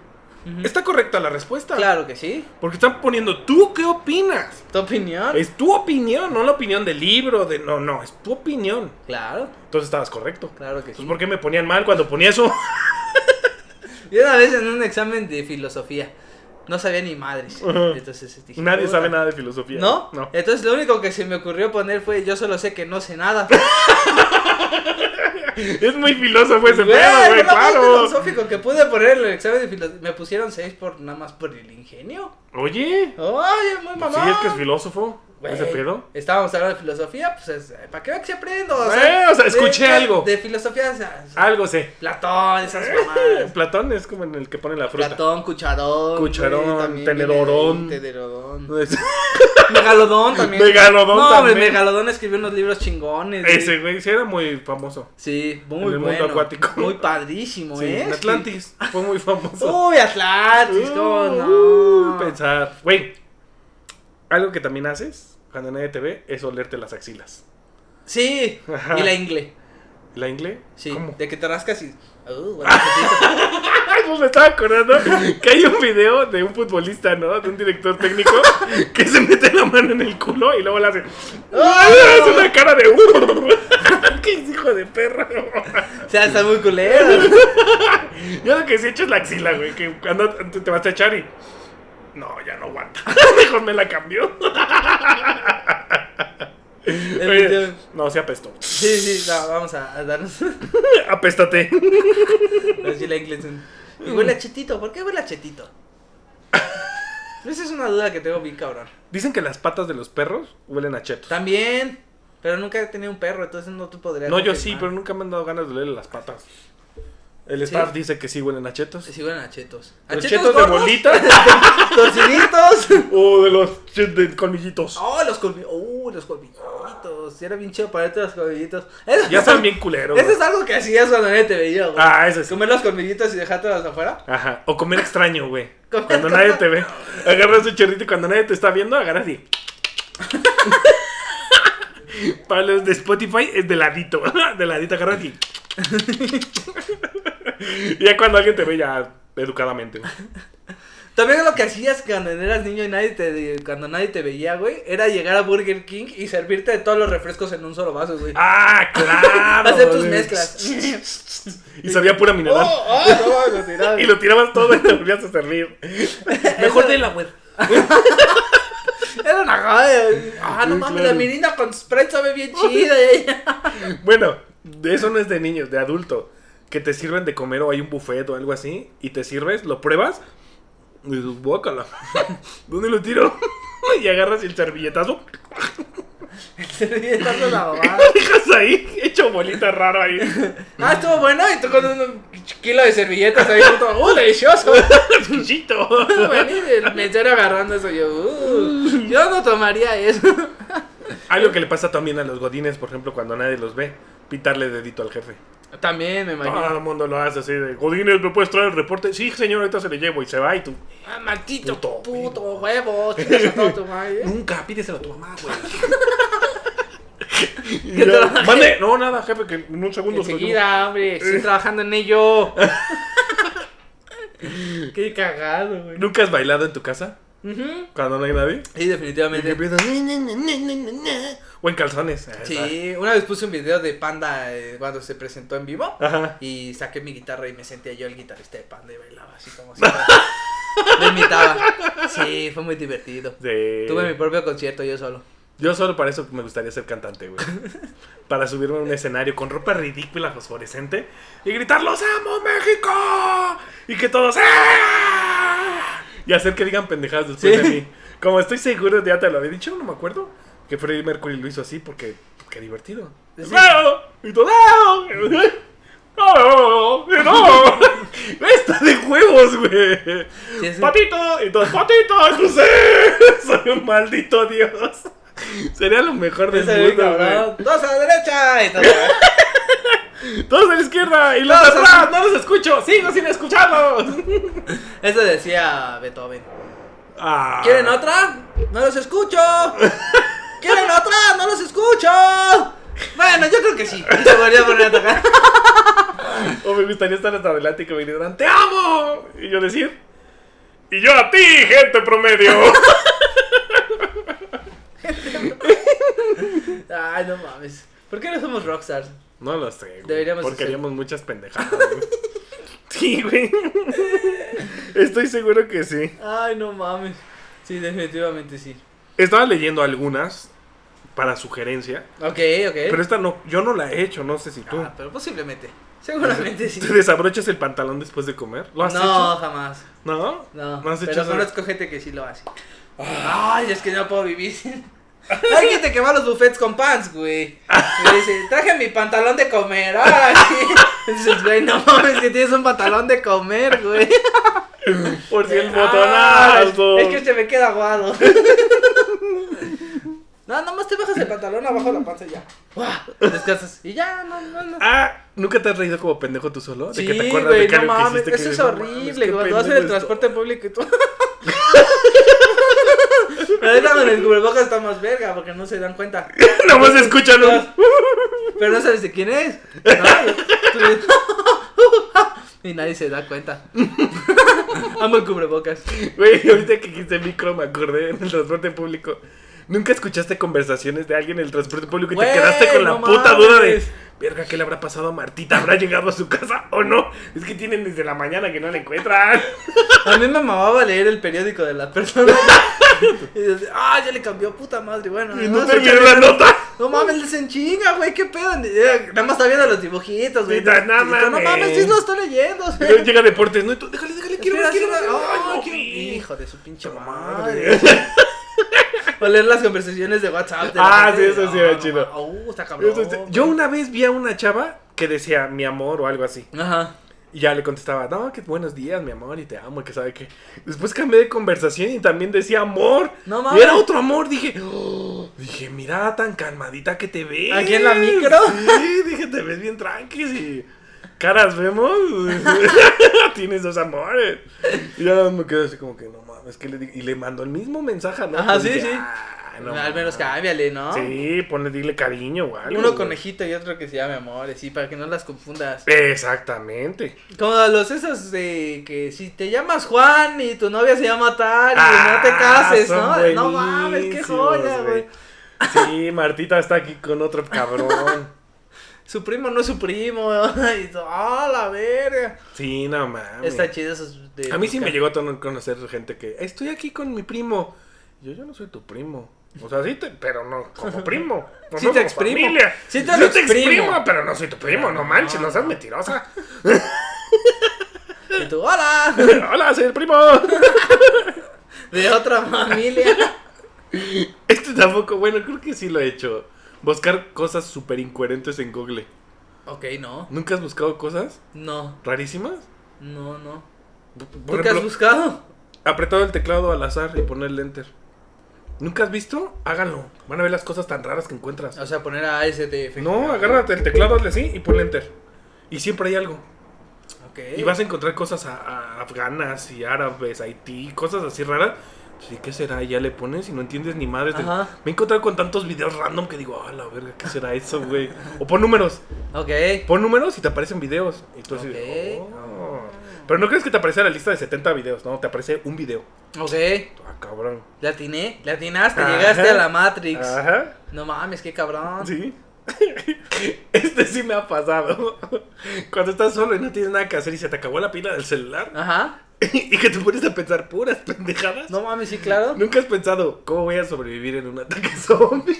Speaker 2: Ujú.
Speaker 1: Está correcta la respuesta.
Speaker 2: Claro que sí.
Speaker 1: Porque están poniendo, ¿tú qué opinas?
Speaker 2: ¿Tu opinión?
Speaker 1: Es tu opinión, no la opinión del libro, de no, no, es tu opinión.
Speaker 2: Claro,
Speaker 1: Entonces estabas correcto.
Speaker 2: claro que sí.
Speaker 1: Entonces, Pues ¿por qué me ponían mal cuando ponía eso?
Speaker 2: Yo una vez en un examen de filosofía no sabía ni madres.
Speaker 1: Ajá.
Speaker 2: Entonces dije,
Speaker 1: Nadie
Speaker 2: "Puta".
Speaker 1: sabe nada de filosofía.
Speaker 2: ¿No?
Speaker 1: No.
Speaker 2: Entonces lo único que se me ocurrió poner fue yo solo sé que no sé nada.
Speaker 1: Pues, Es muy filósofo ese
Speaker 2: Güey,
Speaker 1: pedo,
Speaker 2: fue
Speaker 1: güey,
Speaker 2: lo más
Speaker 1: claro.
Speaker 2: filosófico que pude poner en el examen de filosofía. Me pusieron 6 por nada más por el ingenio.
Speaker 1: Oye,
Speaker 2: Oye, muy mamá.
Speaker 1: si es que es filósofo,
Speaker 2: Güey,
Speaker 1: ese pedo.
Speaker 2: Estábamos hablando de filosofía, pues es- ¿para qué va que se aprendo?
Speaker 1: Eh, o sea, escuché
Speaker 2: de-
Speaker 1: algo. Ah.
Speaker 2: De filosofía, o sea,
Speaker 1: Algo sé.
Speaker 2: Platón, esas mamadas.
Speaker 1: Platón es como en el que pone la fruta.
Speaker 2: Platón, cucharón.
Speaker 1: Cucharón,
Speaker 2: güey, también viene de ahí,
Speaker 1: tenedorón.
Speaker 2: Tenedorón.
Speaker 1: Es-
Speaker 2: Megalodón también.
Speaker 1: Megalodón
Speaker 2: No, hombre,
Speaker 1: también.
Speaker 2: Megalodón escribió unos libros chingones. güey.
Speaker 1: Ese güey sí era muy famoso.
Speaker 2: Sí, muy
Speaker 1: En el mundo
Speaker 2: bueno.
Speaker 1: acuático.
Speaker 2: Muy padrísimo,
Speaker 1: Sí,
Speaker 2: ¿eh?
Speaker 1: en Atlantis fue muy famoso.
Speaker 2: Uy, Oh, Atlantis, cómo
Speaker 1: Uh,
Speaker 2: no.
Speaker 1: uh, pensar. Güey, algo que también haces cuando nadie te ve es olerte las axilas.
Speaker 2: Sí,
Speaker 1: Ajá.
Speaker 2: y la ingle.
Speaker 1: ¿La ingle?
Speaker 2: Sí,
Speaker 1: ¿Cómo?
Speaker 2: de que te rascas y. Uh, bueno, apetito.
Speaker 1: Ay, pues me estaba acordando que hay un video de un futbolista, ¿no? De un director técnico que se mete la mano en el culo y luego le hace. ¡Ay, es una cara de. ¡Qué hijo de perro!
Speaker 2: o sea, está muy culero.
Speaker 1: Yo lo que sí he hecho es la axila, güey. Que cuando te te vas a echar y. No, ya no aguanta. Mejor me la cambió. Oye,
Speaker 2: video-
Speaker 1: no, se apestó.
Speaker 2: Sí, sí, no, vamos a, a darnos.
Speaker 1: Apéstate.
Speaker 2: Así la ingle. es un- Y huele a chetito, ¿por qué huele a chetito? Esa es una duda que tengo bien cabrón.
Speaker 1: Dicen que las patas de los perros huelen a chetos.
Speaker 2: También, pero nunca he tenido un perro, entonces no tú podrías.
Speaker 1: No, yo sí, pero nunca me han dado ganas de olerle las patas. El
Speaker 2: ¿Sí?
Speaker 1: staff dice que sí huelen a chetos.
Speaker 2: Sí, huelen a chetos. ¿A
Speaker 1: Los
Speaker 2: chetos,
Speaker 1: chetos de
Speaker 2: gordos?
Speaker 1: bolita
Speaker 2: Torciditos.
Speaker 1: o de los ch- de colmillitos.
Speaker 2: Oh, los colmillitos. Uh, los colmillitos. Sí, era bien chido ponerte los colmillitos. Eso-
Speaker 1: Ya están bien culeros.
Speaker 2: Eso
Speaker 1: güey.
Speaker 2: es algo que hacías cuando nadie te veía, güey.
Speaker 1: Ah, eso sí.
Speaker 2: Comer los colmillitos y dejártelos afuera.
Speaker 1: Ajá. O comer extraño, güey.
Speaker 2: Comer
Speaker 1: Cuando
Speaker 2: con-
Speaker 1: nadie te ve. Agarras un chorrito y cuando nadie te está viendo, agarras y. Para los de Spotify es de ladito. De ladito agarras y. Y ya cuando alguien te ve, ya educadamente. güey.
Speaker 2: También lo que hacías cuando eras niño y nadie te, cuando nadie te veía, güey, era llegar a Burger King y servirte de todos los refrescos en un solo vaso, güey.
Speaker 1: Ah, claro.
Speaker 2: Hacer tus
Speaker 1: güey.
Speaker 2: mezclas.
Speaker 1: Y sabía pura mineral.
Speaker 2: Oh, oh, no, lo tiraba.
Speaker 1: Y lo tirabas todo y te volvías a servir. Mejor de la web.
Speaker 2: Era una joya. güey. Ah, no
Speaker 1: Sí,
Speaker 2: mames, la
Speaker 1: claro.
Speaker 2: mirinda con Sprite sabe bien chida.
Speaker 1: Bueno, de eso no es de niños, de adulto. Que te sirven de comer o hay un buffet o algo así. Y te sirves, lo pruebas. Y dices, "Guácala, ¿Dónde lo tiro? Y agarras el servilletazo.
Speaker 2: Estás una
Speaker 1: Y
Speaker 2: mamada.
Speaker 1: lo dejas ahí. Hecho bolita raro ahí.
Speaker 2: Ah, estuvo bueno y tú con un kilo de servilletas ahí junto. ¡Uh, delicioso!
Speaker 1: Exquisito.
Speaker 2: Bueno, y el mesero agarrando eso yo. "Uh, yo no tomaría eso.
Speaker 1: Algo que le pasa también a los godines, por ejemplo, cuando nadie los ve. Pitarle dedito al jefe.
Speaker 2: También me imagino.
Speaker 1: Todo el mundo lo hace así de, Godines, ¿me puedes traer el reporte? Sí, señor, ahorita se le llevo y se va y tú.
Speaker 2: Ah, maldito
Speaker 1: Puto
Speaker 2: puto, huevo. chingas a toda tu madre.
Speaker 1: Nunca, pídeselo a tu mamá, güey. Y
Speaker 2: ¿Qué
Speaker 1: ya,
Speaker 2: trabaja?
Speaker 1: Mande, no, nada, jefe, que en un segundo se lo llevo.
Speaker 2: Enseguida, hombre, estoy trabajando en ello. Qué cagado, güey.
Speaker 1: ¿Nunca has bailado en tu casa?
Speaker 2: Ujú.
Speaker 1: Cuando no hay nadie.
Speaker 2: Sí,
Speaker 1: Y que
Speaker 2: definitivamente.
Speaker 1: empiezas, "Na, na, na, na, na, na". O en calzones. Ah,
Speaker 2: Sí, una vez puse un video de Panda eh, cuando se presentó en vivo.
Speaker 1: Ajá.
Speaker 2: Y saqué mi guitarra y me sentía yo el guitarrista de Panda y bailaba así como si fuera- Lo imitaba. Sí, fue muy divertido.
Speaker 1: De-
Speaker 2: Tuve mi propio concierto yo solo.
Speaker 1: Yo solo para eso me gustaría ser cantante, güey. para subirme a un escenario con ropa ridícula fosforescente y gritar ¡Los amo, México! Y que todos ¡Ah! Y hacer que digan pendejadas después
Speaker 2: Sí.
Speaker 1: de mí. Como estoy seguro, ya te lo había dicho, no me acuerdo, que Freddie Mercury lo hizo así porque, porque divertido.
Speaker 2: Sí.
Speaker 1: ¡Bravo! Y todo ¡Ah! ¡Oh! ¡Y ¡No! ¡Está de huevos, güey!
Speaker 2: Sí, es-
Speaker 1: ¡Patito! Y todos, ¡Patito! ¡José! ¡Soy un maldito dios! Sería lo mejor del
Speaker 2: Ese güey,
Speaker 1: mundo,
Speaker 2: cabrón. Todos a la derecha y todos-
Speaker 1: güey. Todos a la izquierda y los de
Speaker 2: Todos a-
Speaker 1: atrás, no los escucho, sigo sin escucharlos.
Speaker 2: Eso decía Beethoven.
Speaker 1: Ah.
Speaker 2: ¿Quieren otra? No los escucho. ¿Quieren otra? No los escucho. Bueno, yo creo que sí. Y se volvió a poner a tocar.
Speaker 1: O me gustaría estar hasta adelante y que me dijeran, ¡Te amo! Y yo decir, Y yo a ti, gente promedio.
Speaker 2: Ay, no mames. ¿Por qué no somos rockstars?
Speaker 1: No lo sé, güey.
Speaker 2: Deberíamos
Speaker 1: Porque
Speaker 2: hacer-
Speaker 1: haríamos muchas pendejadas, güey. Sí, güey. Estoy seguro que sí.
Speaker 2: Ay, no mames. Sí, definitivamente sí.
Speaker 1: Estaba leyendo algunas para sugerencia.
Speaker 2: Ok, ok.
Speaker 1: Pero esta no, yo no la he hecho, no sé si tú.
Speaker 2: ¿Eh? Ah, pero posiblemente. Seguramente sí.
Speaker 1: ¿Te desabrochas el pantalón después de comer? ¿Lo has
Speaker 2: no,
Speaker 1: hecho?
Speaker 2: jamás.
Speaker 1: ¿No?
Speaker 2: No,
Speaker 1: ¿No has hecho
Speaker 2: pero
Speaker 1: eso? Ah.
Speaker 2: conozco gente que sí lo hace. Ay, es que no puedo vivir sin. Hay gente que va a los buffets con pants, güey. Y dice, traje mi pantalón de comer, ahora sí. Dices, güey, no mames, que tienes un pantalón de comer, güey.
Speaker 1: Por si el
Speaker 2: Ah,
Speaker 1: botonazo.
Speaker 2: es que se me queda aguado. No, nomás te bajas el pantalón abajo de la panza y ya. Uah, Descansas. Y ya, no, no, no.
Speaker 1: Ah, ¿nunca te has reído como pendejo tú solo? ¿De
Speaker 2: Sí,
Speaker 1: que te acuerdas
Speaker 2: güey,
Speaker 1: de que
Speaker 2: no
Speaker 1: algo que
Speaker 2: mames,
Speaker 1: hiciste que
Speaker 2: eso es
Speaker 1: dices, "No mames,
Speaker 2: horrible,
Speaker 1: qué
Speaker 2: cuando vas en el
Speaker 1: pendejo
Speaker 2: transporte público y tú... Pero ahorita con el cubrebocas está más verga, porque no se dan cuenta.
Speaker 1: estoy". Nomás escúchalo.
Speaker 2: Pero no sabes de quién es. No, tú- y nadie se da cuenta. Amo el cubrebocas.
Speaker 1: Güey, ahorita que quise micro me acordé en el transporte público. ¿Nunca escuchaste conversaciones de alguien en el transporte público y
Speaker 2: Güey,
Speaker 1: te quedaste con la
Speaker 2: no
Speaker 1: puta duda de...
Speaker 2: mames.
Speaker 1: Verga, ¿qué le habrá pasado a Martita? ¿Habrá llegado a su casa o no? Es que tienen desde la mañana que no la encuentran.
Speaker 2: A mí me mamaba leer el periódico de la persona. Y dices, ah, ya le cambió, puta madre. Bueno,
Speaker 1: Y no
Speaker 2: vamos a
Speaker 1: terminó
Speaker 2: echarle
Speaker 1: la nota.
Speaker 2: No mames, les enchinga, güey, qué pedo. Ni- eh, Nada más está viendo los dibujitos, güey.
Speaker 1: Sí, no, no
Speaker 2: Y tú, No
Speaker 1: mames.
Speaker 2: mames, sí lo estoy leyendo,
Speaker 1: Y
Speaker 2: güey.
Speaker 1: luego llega deportes, no, y tú, déjale, déjale, quiero ver,
Speaker 2: Espera,
Speaker 1: quiero ver.
Speaker 2: espera. Ay,
Speaker 1: Ay, no,
Speaker 2: quiero-
Speaker 1: vi.
Speaker 2: Hijo de su pinche madre.
Speaker 1: madre.
Speaker 2: O leer las conversaciones de WhatsApp. de la
Speaker 1: Ah,
Speaker 2: gente.
Speaker 1: sí, eso sí era
Speaker 2: Ah,
Speaker 1: chido.
Speaker 2: no, Uh, está cabrón.
Speaker 1: Eso, este, Yo una vez vi a una chava que decía mi amor o algo así.
Speaker 2: Ajá.
Speaker 1: Y ya le contestaba, no, que buenos días, mi amor, y te amo, y que sabe qué. Después cambié de conversación y también decía amor.
Speaker 2: No
Speaker 1: Y
Speaker 2: mames.
Speaker 1: era otro amor, dije, "Oh", dije, mira tan calmadita que te ves.
Speaker 2: ¿Aquí en la micro?
Speaker 1: Sí, dije, te ves bien tranqui, y caras vemos. Tienes dos amores. Y ya me quedé así como que, no mames, que le digo? Y le mandó el mismo mensaje, ¿no?
Speaker 2: Ajá, sí,
Speaker 1: dije,
Speaker 2: sí.
Speaker 1: "Ah, no
Speaker 2: Al menos
Speaker 1: mames".
Speaker 2: cámbiale, ¿no?
Speaker 1: Sí, ponle, dile cariño o algo.
Speaker 2: Uno
Speaker 1: güey.
Speaker 2: conejito y otro que se llame amores, sí, para que no las confundas.
Speaker 1: Exactamente.
Speaker 2: Como los esos de que si te llamas Juan y tu novia se llama tal y no te
Speaker 1: Ah,
Speaker 2: cases,
Speaker 1: son
Speaker 2: ¿no? No mames, qué
Speaker 1: buenísimos,
Speaker 2: joya, güey.
Speaker 1: Sí, Martita está aquí con otro cabrón.
Speaker 2: Su primo no es su primo. y tú, ¡Ah, la verga!
Speaker 1: Sí, no mames.
Speaker 2: Está chido esos de.
Speaker 1: A mí sí me
Speaker 2: buscar.
Speaker 1: llegó a ton- conocer gente que estoy aquí con mi primo. Yo, yo no soy tu primo. O sea, sí, te- pero no como primo. No
Speaker 2: Sí
Speaker 1: no
Speaker 2: te
Speaker 1: como
Speaker 2: exprimo.
Speaker 1: familia.
Speaker 2: Sí te lo exprimo.
Speaker 1: pero no soy tu primo. No manches, no seas mentirosa.
Speaker 2: Y tú, ¡Hola!
Speaker 1: Hola, soy el primo.
Speaker 2: De otra familia.
Speaker 1: Este tampoco, bueno, creo que sí lo he hecho. Buscar cosas súper incoherentes en Google.
Speaker 2: ok, no.
Speaker 1: ¿Nunca has buscado cosas
Speaker 2: No,
Speaker 1: rarísimas?
Speaker 2: no, no.
Speaker 1: Por
Speaker 2: ¿Tú qué has
Speaker 1: ejemplo,
Speaker 2: buscado?
Speaker 1: apretado el teclado al azar y ponerle enter. ¿Nunca has visto? Háganlo. Van a ver las cosas tan raras que encuentras.
Speaker 2: O sea, poner a STF.
Speaker 1: No, agárrate el teclado, hazle así y ponle enter. Y siempre hay algo.
Speaker 2: Ok.
Speaker 1: Y vas a encontrar cosas a- a afganas y árabes, Haití, cosas así raras. Sí, ¿qué será? Y Ya le pones y no entiendes ni madres. del-
Speaker 2: Ajá.
Speaker 1: Me he encontrado con tantos videos random que digo, ah, la verga, ¿qué será eso, güey? O pon números.
Speaker 2: Ok.
Speaker 1: Pon números y te aparecen videos. Y tú así de,
Speaker 2: Ok.
Speaker 1: "Oh". Pero no crees que te aparece la lista de 70 videos, ¿no? Te aparece un video.
Speaker 2: Ok.
Speaker 1: Ah, cabrón.
Speaker 2: ¿Le atiné? ¿Le atinaste?
Speaker 1: Ajá.
Speaker 2: Llegaste a la Matrix.
Speaker 1: Ajá.
Speaker 2: No mames, qué cabrón.
Speaker 1: Sí. Este sí me ha pasado. Cuando estás solo y no tienes nada que hacer y se te acabó la pila del celular
Speaker 2: Ajá.
Speaker 1: y que te pones a pensar puras pendejadas.
Speaker 2: Ah. No mames, sí, claro.
Speaker 1: Nunca has pensado cómo voy a sobrevivir en un ataque zombie.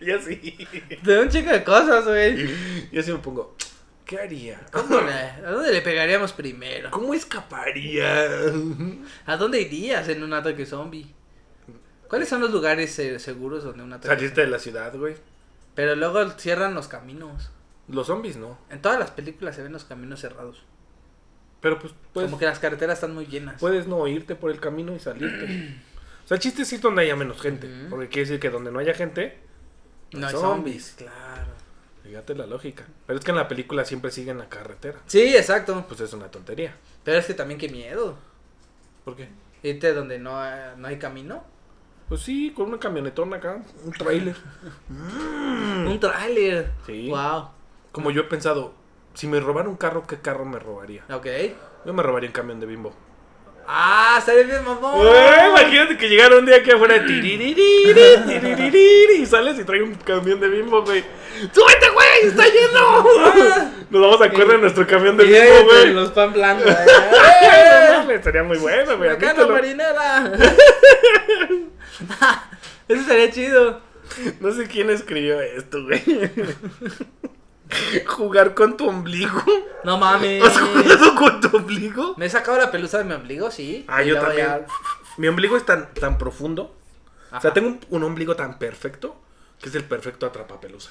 Speaker 1: y así.
Speaker 2: De un chico de cosas, güey.
Speaker 1: Y así me pongo, ¿qué haría?
Speaker 2: ¿Cómo le- ¿A dónde le pegaríamos primero?
Speaker 1: ¿Cómo escaparía?
Speaker 2: ¿A dónde irías en un ataque zombie? ¿Cuáles son los lugares eh, seguros donde un ataque
Speaker 1: Salirte de la ciudad, güey.
Speaker 2: Pero luego cierran los caminos.
Speaker 1: Los zombies no.
Speaker 2: En todas las películas se ven los caminos cerrados.
Speaker 1: Pero pues puedes,
Speaker 2: Como que las carreteras están muy llenas.
Speaker 1: puedes no irte por el camino y salirte. O sea, el chiste es ir donde haya menos gente.
Speaker 2: Ujú.
Speaker 1: Porque quiere decir que donde no haya gente,
Speaker 2: no hay
Speaker 1: zombies.
Speaker 2: zombies, claro.
Speaker 1: Fíjate la lógica. Pero es que en la película siempre siguen la carretera.
Speaker 2: Sí, exacto.
Speaker 1: Pues es una tontería.
Speaker 2: Pero es que también qué miedo.
Speaker 1: ¿Por qué?
Speaker 2: Irte donde no, hay- no hay camino.
Speaker 1: Pues sí, con una camionetona acá, un trailer.
Speaker 2: Un tráiler.
Speaker 1: Mm. Sí.
Speaker 2: Wow.
Speaker 1: Como yo he pensado, si me robara un carro, ¿qué carro me robaría?
Speaker 2: Ok.
Speaker 1: Yo me robaría un camión de bimbo.
Speaker 2: Ah, sale bien mamón.
Speaker 1: Güey, Eh, imagínate que llegara un día aquí afuera tiririri, tiririri, y sales y trae un camión de bimbo, güey. ¡Súbete, güey! ¡Está lleno! Nos vamos a correr en nuestro camión de
Speaker 2: Y ahí
Speaker 1: bimbo,
Speaker 2: con
Speaker 1: güey.
Speaker 2: los pan blancos.
Speaker 1: No
Speaker 2: ¡Eh!
Speaker 1: mames, Estaría muy bueno, güey.
Speaker 2: Acá la
Speaker 1: admítelo.
Speaker 2: marinera. Eso sería chido.
Speaker 1: No sé quién escribió esto, güey. Jugar con tu ombligo.
Speaker 2: No mames.
Speaker 1: ¿Has jugado con tu ombligo?
Speaker 2: Me he sacado la pelusa de mi ombligo, sí.
Speaker 1: Ah,
Speaker 2: Y
Speaker 1: yo
Speaker 2: luego
Speaker 1: también.
Speaker 2: ya-
Speaker 1: Mi ombligo es tan, tan profundo. O sea,
Speaker 2: Ajá.
Speaker 1: tengo un, un ombligo tan perfecto que es el perfecto atrapapelusa.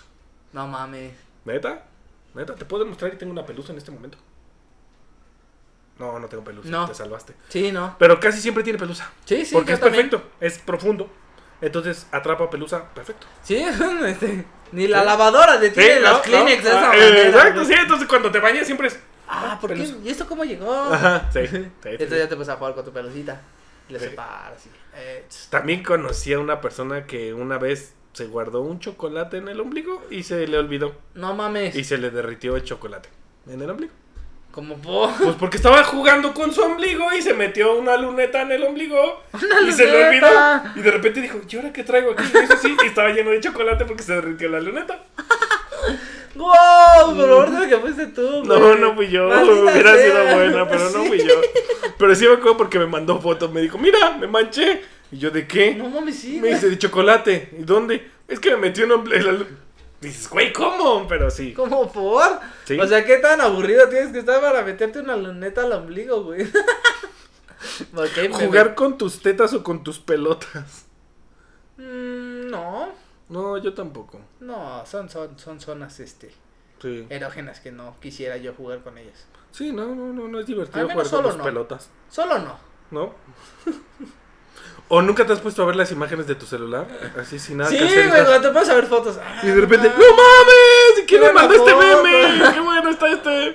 Speaker 2: No mames.
Speaker 1: ¿Neta? ¿Neta? ¿Te puedo demostrar que tengo una pelusa en este momento? No, no tengo pelusa.
Speaker 2: No.
Speaker 1: Te salvaste.
Speaker 2: Sí, no.
Speaker 1: Pero casi siempre tiene pelusa.
Speaker 2: Sí, sí,
Speaker 1: porque
Speaker 2: yo
Speaker 1: es
Speaker 2: también.
Speaker 1: perfecto. Es profundo. Entonces atrapa pelusa perfecto.
Speaker 2: Sí, este, ni la lavadora detiene
Speaker 1: Sí,
Speaker 2: los
Speaker 1: ¿no?
Speaker 2: Kleenex de
Speaker 1: ¿No?
Speaker 2: esa
Speaker 1: Ah,
Speaker 2: manera.
Speaker 1: Exacto,
Speaker 2: güey.
Speaker 1: sí. Entonces cuando te bañas siempre es.
Speaker 2: Ah, ¿por qué?
Speaker 1: Pelusa.
Speaker 2: ¿Y esto cómo llegó?
Speaker 1: Ajá, sí. sí, sí, sí.
Speaker 2: Entonces ya te pones a jugar con tu pelucita. Y le
Speaker 1: Sí.
Speaker 2: separas. y, eh, tss.
Speaker 1: También conocí a una persona que una vez se guardó un chocolate en el ombligo y se le olvidó.
Speaker 2: no mames.
Speaker 1: Y se le derritió el chocolate en el ombligo.
Speaker 2: Como po.
Speaker 1: Pues porque estaba jugando con su ombligo y se metió una luneta en el ombligo. y se le olvidó.
Speaker 2: luneta!
Speaker 1: Y de repente dijo, ¿y ahora qué traigo aquí? Y eso sí, y estaba lleno de chocolate porque se derritió la luneta.
Speaker 2: ¡Wow! Color de que fuiste tú.
Speaker 1: No,
Speaker 2: güey.
Speaker 1: no fui yo.
Speaker 2: Maldita
Speaker 1: Hubiera
Speaker 2: sea.
Speaker 1: sido buena, pero no fui
Speaker 2: Sí.
Speaker 1: yo. Pero sí me acuerdo porque me mandó fotos. Me dijo, mira, me manché. Y yo, ¿de qué?
Speaker 2: No mames, sí.
Speaker 1: Me
Speaker 2: güey.
Speaker 1: dice, de chocolate. ¿Y dónde? Es que me metió un hombre. en la lu-". Dices, güey, ¿cómo? Pero sí.
Speaker 2: ¿Cómo por?
Speaker 1: Sí.
Speaker 2: O sea, ¿qué tan aburrido tienes que estar para meterte una luneta al ombligo, güey? Ok, me-
Speaker 1: Jugar con tus tetas o con tus pelotas.
Speaker 2: Mm, no,
Speaker 1: No, yo tampoco.
Speaker 2: no, son, son, son zonas este,
Speaker 1: Sí.
Speaker 2: erógenas que no quisiera yo jugar con ellas.
Speaker 1: Sí, no, no, no, no es divertido
Speaker 2: Al
Speaker 1: jugar
Speaker 2: menos
Speaker 1: con
Speaker 2: solo
Speaker 1: tus
Speaker 2: no.
Speaker 1: pelotas.
Speaker 2: Solo no.
Speaker 1: ¿No? ¿O nunca te has puesto a ver las imágenes de tu celular? Así sin nada
Speaker 2: sí,
Speaker 1: que
Speaker 2: güey,
Speaker 1: hacer. estás-
Speaker 2: cuando te pones a ver fotos. ah,
Speaker 1: Y de repente, ¡no
Speaker 2: no.
Speaker 1: mames! ¿Quién
Speaker 2: Qué
Speaker 1: me mandó este
Speaker 2: buena
Speaker 1: meme?
Speaker 2: foto.
Speaker 1: ¡Qué bueno está este!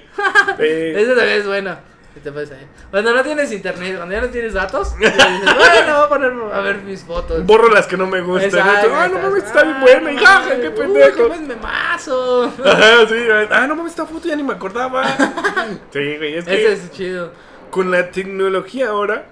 Speaker 1: Eh,
Speaker 2: Eso también es bueno. ¿Qué te pasa, eh? Cuando no tienes internet, cuando ya no tienes datos, te dices, bueno, voy a poner a ver mis fotos.
Speaker 1: borro las que no me gustan.
Speaker 2: Exacto,
Speaker 1: ¿no? Ah, no
Speaker 2: exacto.
Speaker 1: mames, está bien
Speaker 2: Ah,
Speaker 1: buena. Y
Speaker 2: no
Speaker 1: jaja,
Speaker 2: mames.
Speaker 1: qué
Speaker 2: Uh,
Speaker 1: pendejo.
Speaker 2: qué buen memazo.
Speaker 1: Ajá, sí, ah, no mames, esta foto ya ni me acordaba. Sí, güey, es que
Speaker 2: Ese es chido.
Speaker 1: con la tecnología ahora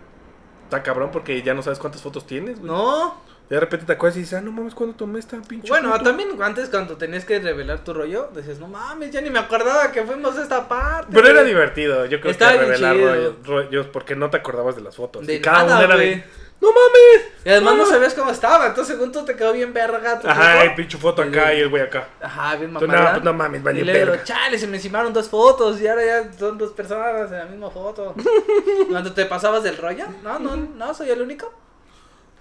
Speaker 1: está cabrón porque ya no sabes cuántas fotos tienes, güey.
Speaker 2: No.
Speaker 1: De repente te acuerdas y dices, ah, no mames, ¿cuándo tomé esta pinche
Speaker 2: Bueno,
Speaker 1: foto?
Speaker 2: también antes cuando tenías que revelar tu rollo, decías, no mames, ya ni me acordaba que fuimos a esta parte.
Speaker 1: Pero era divertido, yo creo
Speaker 2: Estaba
Speaker 1: que
Speaker 2: bien
Speaker 1: revelar
Speaker 2: chido.
Speaker 1: rollos, rollos, porque no te acordabas de las fotos.
Speaker 2: De
Speaker 1: y cada
Speaker 2: nada,
Speaker 1: una era de,
Speaker 2: güey.
Speaker 1: no mames.
Speaker 2: Y además no
Speaker 1: Ah.
Speaker 2: sabías cómo estaba, entonces según tú te quedó bien verga tu
Speaker 1: Ajá,
Speaker 2: foto.
Speaker 1: el pinche foto acá y el güey acá.
Speaker 2: Ajá, bien
Speaker 1: Tú,
Speaker 2: mamada.
Speaker 1: no, pues no mames, vale
Speaker 2: y luego,
Speaker 1: verga.
Speaker 2: chale, se me encimaron dos fotos y ahora ya son dos personas en la misma foto. Cuando te pasabas del rollo, no, no, no, soy el único.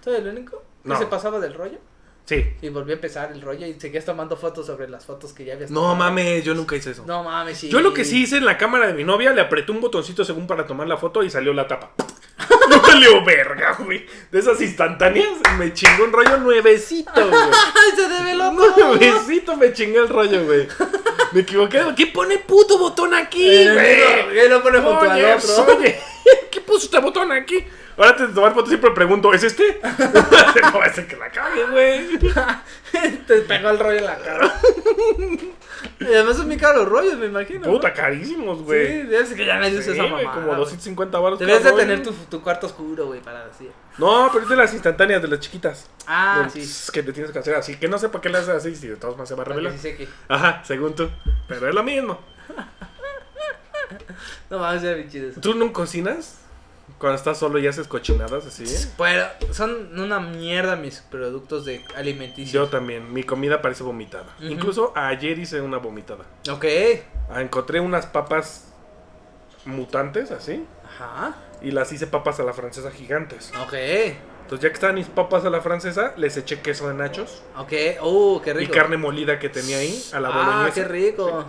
Speaker 2: Soy el único que
Speaker 1: No.
Speaker 2: se pasaba del rollo.
Speaker 1: Sí.
Speaker 2: Y volví a empezar el rollo y seguías tomando fotos sobre las fotos que ya habías
Speaker 1: No
Speaker 2: tomado.
Speaker 1: mames, yo nunca hice eso.
Speaker 2: No mames, sí.
Speaker 1: Yo lo que sí hice en la cámara de mi novia, le apreté un botoncito según para tomar la foto y salió la tapa. No salió verga, güey. De esas instantáneas me chingó un rollo nuevecito, güey.
Speaker 2: ¡Ay, se develó todo!
Speaker 1: Nuevecito me chingué el rollo, güey. Me equivoqué. ¿Qué pone puto botón aquí, güey?
Speaker 2: Él Eh, lo pone junto al
Speaker 1: Oye,
Speaker 2: otro.
Speaker 1: oye, ¿qué puso este botón aquí? Ahora antes de tomar foto siempre pregunto, ¿es este? no va a ser que la cague, güey.
Speaker 2: Te pegó el rollo en la cara. y además son bien caros los rollos, me imagino. ¿no?
Speaker 1: Puta, carísimos, güey.
Speaker 2: Sí, es que ya nadie usa
Speaker 1: Sí,
Speaker 2: esa
Speaker 1: güey,
Speaker 2: mamada.
Speaker 1: como
Speaker 2: güey.
Speaker 1: 250 baros.
Speaker 2: Debes de
Speaker 1: cada rollo.
Speaker 2: tener tu, tu cuarto oscuro, güey, para decir.
Speaker 1: No, pero es de las instantáneas, de las chiquitas.
Speaker 2: Ah,
Speaker 1: Del
Speaker 2: sí.
Speaker 1: tss, Que te tienes que hacer así. Que no sé para qué le haces así, si de todos más se va a revelar.
Speaker 2: Sí sé que-
Speaker 1: Ajá, según tú. Pero es lo mismo.
Speaker 2: No mames, era bien chido eso.
Speaker 1: ¿Tú no cocinas? Cuando estás solo y haces cochinadas así.
Speaker 2: Bueno, son una mierda mis productos de alimenticios.
Speaker 1: Yo también. Mi comida parece vomitada.
Speaker 2: Ujú.
Speaker 1: Incluso ayer hice una vomitada.
Speaker 2: Ok.
Speaker 1: Ah, Encontré unas papas mutantes así.
Speaker 2: Ajá.
Speaker 1: Y las hice papas a la francesa gigantes.
Speaker 2: Ok.
Speaker 1: Entonces, ya que estaban mis papas a la francesa, les eché queso de nachos
Speaker 2: Ok. Uh, qué
Speaker 1: y
Speaker 2: rico.
Speaker 1: carne molida que tenía ahí a la
Speaker 2: Ah,
Speaker 1: boloñesa.
Speaker 2: qué rico.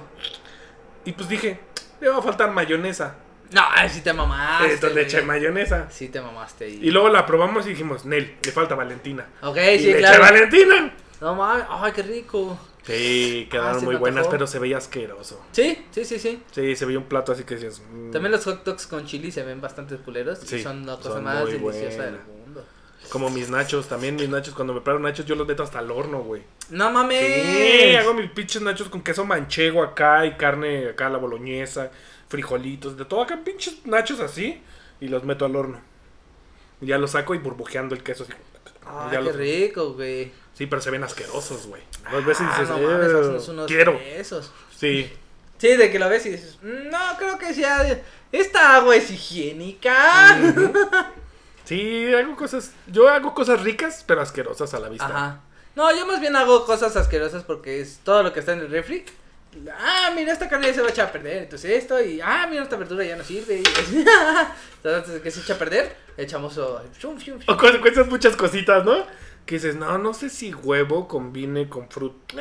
Speaker 1: Y pues dije, le va a faltar mayonesa. Eh,
Speaker 2: No, ay, Ah, sí te mamaste.
Speaker 1: Entonces le eché
Speaker 2: güey.
Speaker 1: mayonesa.
Speaker 2: Sí te mamaste. ahí.
Speaker 1: Y luego la probamos y dijimos, Nel, le falta Valentina.
Speaker 2: Ok,
Speaker 1: y
Speaker 2: sí,
Speaker 1: le
Speaker 2: claro.
Speaker 1: eché Valentina.
Speaker 2: No mames, ay, qué rico.
Speaker 1: Sí, quedaron
Speaker 2: Ah, se
Speaker 1: muy
Speaker 2: me
Speaker 1: buenas,
Speaker 2: antojó.
Speaker 1: pero se veía asqueroso.
Speaker 2: Sí, sí, sí, sí.
Speaker 1: Sí, se veía un plato así que decías. mm,
Speaker 2: También los hot dogs con chili se ven bastante culeros
Speaker 1: Sí,
Speaker 2: y son la cosa
Speaker 1: son
Speaker 2: más
Speaker 1: muy
Speaker 2: deliciosa del
Speaker 1: buenas.
Speaker 2: mundo.
Speaker 1: Como mis nachos, también mis nachos. Cuando me preparo nachos, yo los meto hasta el horno, güey.
Speaker 2: No mames.
Speaker 1: Sí, hago mis pinches nachos con queso manchego acá y carne acá, la boloñesa, frijolitos, de todo acá, pinches nachos así. y los meto al horno. Y ya los saco y burbujeando el queso así.
Speaker 2: Ah,
Speaker 1: Y ya
Speaker 2: qué
Speaker 1: los-
Speaker 2: rico, güey.
Speaker 1: Sí, pero se ven asquerosos, güey. Dos veces
Speaker 2: Ah,
Speaker 1: dices,
Speaker 2: no mames,
Speaker 1: "Eh,
Speaker 2: haznos unos
Speaker 1: quiero.
Speaker 2: de esos.
Speaker 1: Sí,
Speaker 2: Sí, de que lo ves y dices, "Mm, no, creo que sea. Esta agua es higiénica.
Speaker 1: sí, hago cosas. Yo hago cosas ricas, pero asquerosas a la vista.
Speaker 2: Ajá. No, yo más bien hago cosas asquerosas porque es todo lo que está en el refri. Ah, mira, esta carne ya se va a echar a perder. Entonces esto y, ah, mira, esta verdura ya no sirve. y- Entonces, antes de que se eche a perder, echamos... oh, fium, fium, fium.
Speaker 1: O cu- cuentas muchas cositas, ¿no? Que dices, no, no sé si huevo combine con fruta.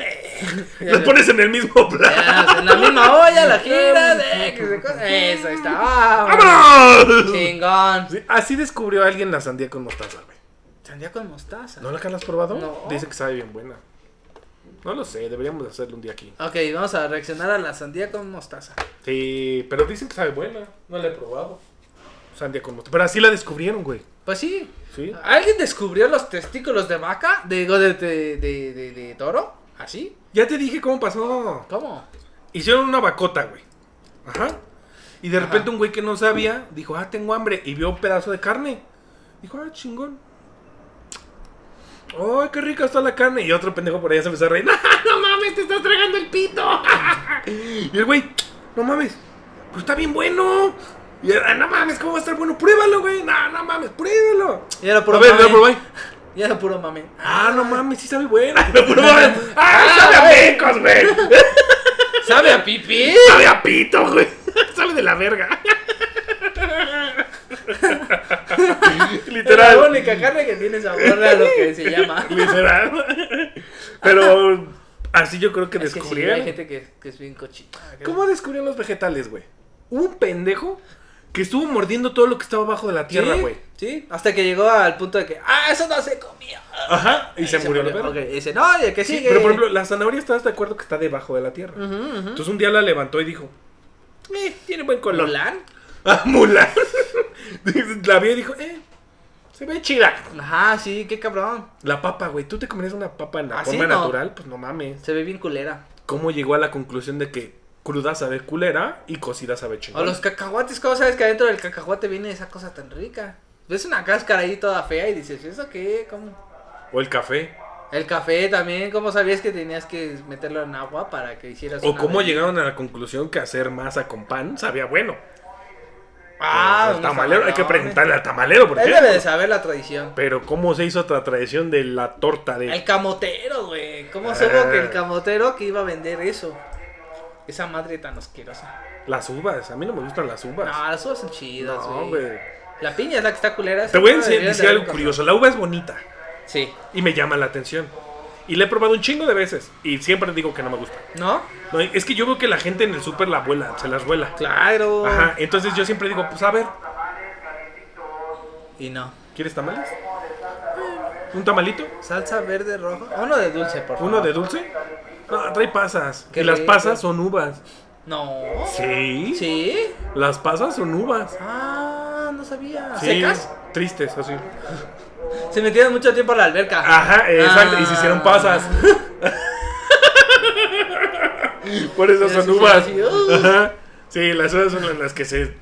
Speaker 1: Los pones en el mismo plato.
Speaker 2: Ya, en la misma olla, la giras. eh, que se co- Eso, ahí está. ¡Vámonos!
Speaker 1: ¡Vámonos!
Speaker 2: Chingón.
Speaker 1: Sí, así descubrió alguien la sandía con mostaza, güey.
Speaker 2: Sandía con mostaza.
Speaker 1: ¿No la que la has probado?
Speaker 2: No.
Speaker 1: Dice que sabe bien buena. No lo sé, deberíamos hacerlo un día aquí.
Speaker 2: Ok, vamos a reaccionar a la sandía con mostaza.
Speaker 1: Sí, pero dicen que sabe buena. No la he probado. Sandía con mostaza. Pero así la descubrieron, güey.
Speaker 2: Pues sí.
Speaker 1: ¿Sí?
Speaker 2: ¿Alguien descubrió los testículos de vaca? Digo, de, de, de, de, de toro. ¿Así?
Speaker 1: Ya te dije cómo pasó.
Speaker 2: ¿Cómo?
Speaker 1: Hicieron una bacota, güey. Ajá. Y de repente un güey que no sabía dijo, ah, tengo hambre. Y vio un pedazo de carne. Dijo, ah, chingón. ¡Ay, qué rica está la carne! Y otro pendejo por allá se empezó a reír. ¡No, no mames, te estás tragando el pito! y el güey, no mames, pues está bien bueno. Y él, "Ah, no mames, ¿cómo va a estar bueno? Pruébalo, güey. No, no mames, pruébalo.
Speaker 2: Ya era puro
Speaker 1: a ver,
Speaker 2: mame.
Speaker 1: lo probé.
Speaker 2: Ya era puro mame.
Speaker 1: Ah, no mames, sí sabe buena. Lo probé. ¡Ah, sabe a pecos, güey!
Speaker 2: ¿Sabe a pipí?
Speaker 1: Sabe a pito, güey. Sabe de la verga.
Speaker 2: Es la
Speaker 1: literal.
Speaker 2: única carne que tiene sabor a lo que se llama.
Speaker 1: Literal. Pero así yo creo que
Speaker 2: Es que sí,
Speaker 1: descubrieron.
Speaker 2: hay gente que, que es bien cochita.
Speaker 1: ¿Cómo descubrieron los vegetales, güey? Hubo un pendejo que estuvo mordiendo todo lo que estaba abajo de la
Speaker 2: Sí,
Speaker 1: tierra, güey.
Speaker 2: sí, hasta que llegó al punto de que, ah, eso no se comió.
Speaker 1: Ajá. Y se, murió, la verga.
Speaker 2: Ok, ese no, y el que
Speaker 1: Sí,
Speaker 2: sigue.
Speaker 1: pero por ejemplo, la zanahoria estás de acuerdo que está debajo de la tierra.
Speaker 2: Ujú, ujú.
Speaker 1: Entonces un día la levantó y dijo, eh, tiene buen color.
Speaker 2: ¿Mulan?
Speaker 1: Ah, Mulan. la vio y dijo, eh, se ve chida.
Speaker 2: Ajá, sí, qué cabrón.
Speaker 1: La papa, güey. ¿Tú te comerías una papa en la
Speaker 2: Así
Speaker 1: forma
Speaker 2: Ah, no.
Speaker 1: natural? Pues no mames.
Speaker 2: Se ve bien culera.
Speaker 1: ¿Cómo llegó a la conclusión de que cruda sabe culera y cocida sabe
Speaker 2: O
Speaker 1: chingón?
Speaker 2: los cacahuates, ¿cómo sabes que adentro del cacahuate viene esa cosa tan rica? Ves una cáscara ahí toda fea y dices, ¿eso qué? ¿Cómo?
Speaker 1: O el café.
Speaker 2: El café también, ¿cómo sabías que tenías que meterlo en agua para que hicieras
Speaker 1: O
Speaker 2: una
Speaker 1: cómo
Speaker 2: bebida?
Speaker 1: llegaron a la conclusión que hacer masa con pan sabía bueno.
Speaker 2: Ah,
Speaker 1: el
Speaker 2: unos
Speaker 1: tamalero. Hay que
Speaker 2: tamalones.
Speaker 1: preguntarle al tamalero, por
Speaker 2: Él debe de
Speaker 1: ejemplo.
Speaker 2: saber la tradición.
Speaker 1: Pero ¿cómo se hizo la tradición de la torta de...
Speaker 2: El camotero, güey. ¿Cómo
Speaker 1: Ah.
Speaker 2: supo que el camotero que iba a vender eso? Esa madre tan asquerosa.
Speaker 1: Las uvas. A mí no me gustan las uvas.
Speaker 2: No, las uvas son chidas,
Speaker 1: Pues, No,
Speaker 2: güey.
Speaker 1: güey.
Speaker 2: la piña es la que está culera.
Speaker 1: Te voy a
Speaker 2: esa
Speaker 1: ense-
Speaker 2: deberían de
Speaker 1: decir
Speaker 2: haber
Speaker 1: algo
Speaker 2: comprado.
Speaker 1: curioso. La uva es bonita
Speaker 2: Sí.
Speaker 1: y me llama la atención. Y la he probado un chingo de veces y siempre digo que no me gusta.
Speaker 2: ¿No?
Speaker 1: No, es que yo veo que la gente en el súper la vuela, se las vuela.
Speaker 2: Claro.
Speaker 1: Ajá, entonces yo siempre digo, pues a ver,
Speaker 2: Y no.
Speaker 1: ¿quieres tamales? ¿Un tamalito?
Speaker 2: Salsa verde roja. Ah, Uno de dulce, por favor.
Speaker 1: ¿Uno de dulce? No, trae pasas.
Speaker 2: Qué
Speaker 1: y las
Speaker 2: rico.
Speaker 1: pasas son uvas.
Speaker 2: No.
Speaker 1: Sí.
Speaker 2: ¿Sí?
Speaker 1: Las pasas son uvas.
Speaker 2: Ah, no sabía.
Speaker 1: Sí,
Speaker 2: ¿Secas?
Speaker 1: Tristes, así.
Speaker 2: Se metieron mucho tiempo a la alberca. Ah.
Speaker 1: Ajá, exacto. Y se hicieron pasas. Por eso
Speaker 2: Sí,
Speaker 1: son
Speaker 2: sí,
Speaker 1: uvas.
Speaker 2: sí, sí, uh.
Speaker 1: Ajá. Sí, las uvas son las que se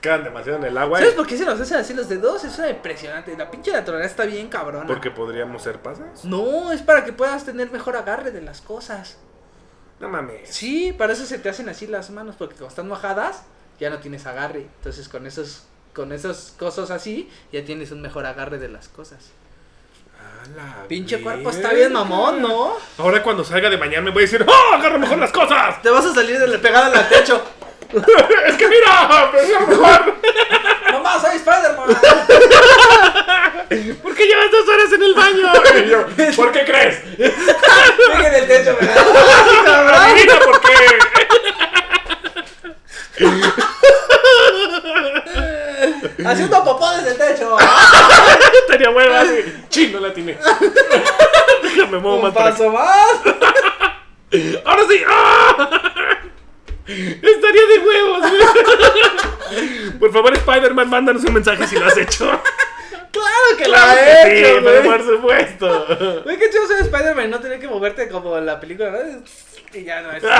Speaker 1: quedan demasiado en el agua.
Speaker 2: ¿Sabes
Speaker 1: y-
Speaker 2: por qué se nos hacen así los dedos? Eso es impresionante. La pinche naturaleza está bien cabrona.
Speaker 1: Porque podríamos ser pasas.
Speaker 2: No, es para que puedas tener mejor agarre de las cosas.
Speaker 1: No mames.
Speaker 2: Sí, para eso se te hacen así las manos, porque como están mojadas, ya no tienes agarre. Entonces con esos, con esos cosas así, ya tienes un mejor agarre de las cosas.
Speaker 1: A la
Speaker 2: Pinche cuerpo
Speaker 1: verga.
Speaker 2: está bien mamón, ¿no?
Speaker 1: Ahora cuando salga de mañana me voy a decir, ¡Oh, agarra mejor las cosas!
Speaker 2: Te vas a salir de la pegada al techo.
Speaker 1: ¡Es que mira! pero es mejor!
Speaker 2: Mamá, soy Spider-Man.
Speaker 1: ¿Por qué llevas dos horas en el baño? Y yo, ¿Por qué crees?
Speaker 2: Sigue en el techo, ¿verdad?
Speaker 1: Adivina por qué.
Speaker 2: Haciendo popó desde el techo.
Speaker 1: Tenía hueva. así. Chin, no la tiene. Déjame muevo
Speaker 2: Un
Speaker 1: más para acá.
Speaker 2: paso más.
Speaker 1: ¡Ahora sí! ¡Ah! Estaría de huevos. güey. Por favor, Spider-Man, mándanos un mensaje si lo has hecho.
Speaker 2: Claro que
Speaker 1: Claro
Speaker 2: la
Speaker 1: que
Speaker 2: he hecho,
Speaker 1: sí, pero
Speaker 2: güey.
Speaker 1: por supuesto.
Speaker 2: Güey, qué chido ser Spider-Man, no tener que moverte como en la película, ¿no? Y ya no es.
Speaker 1: Güey,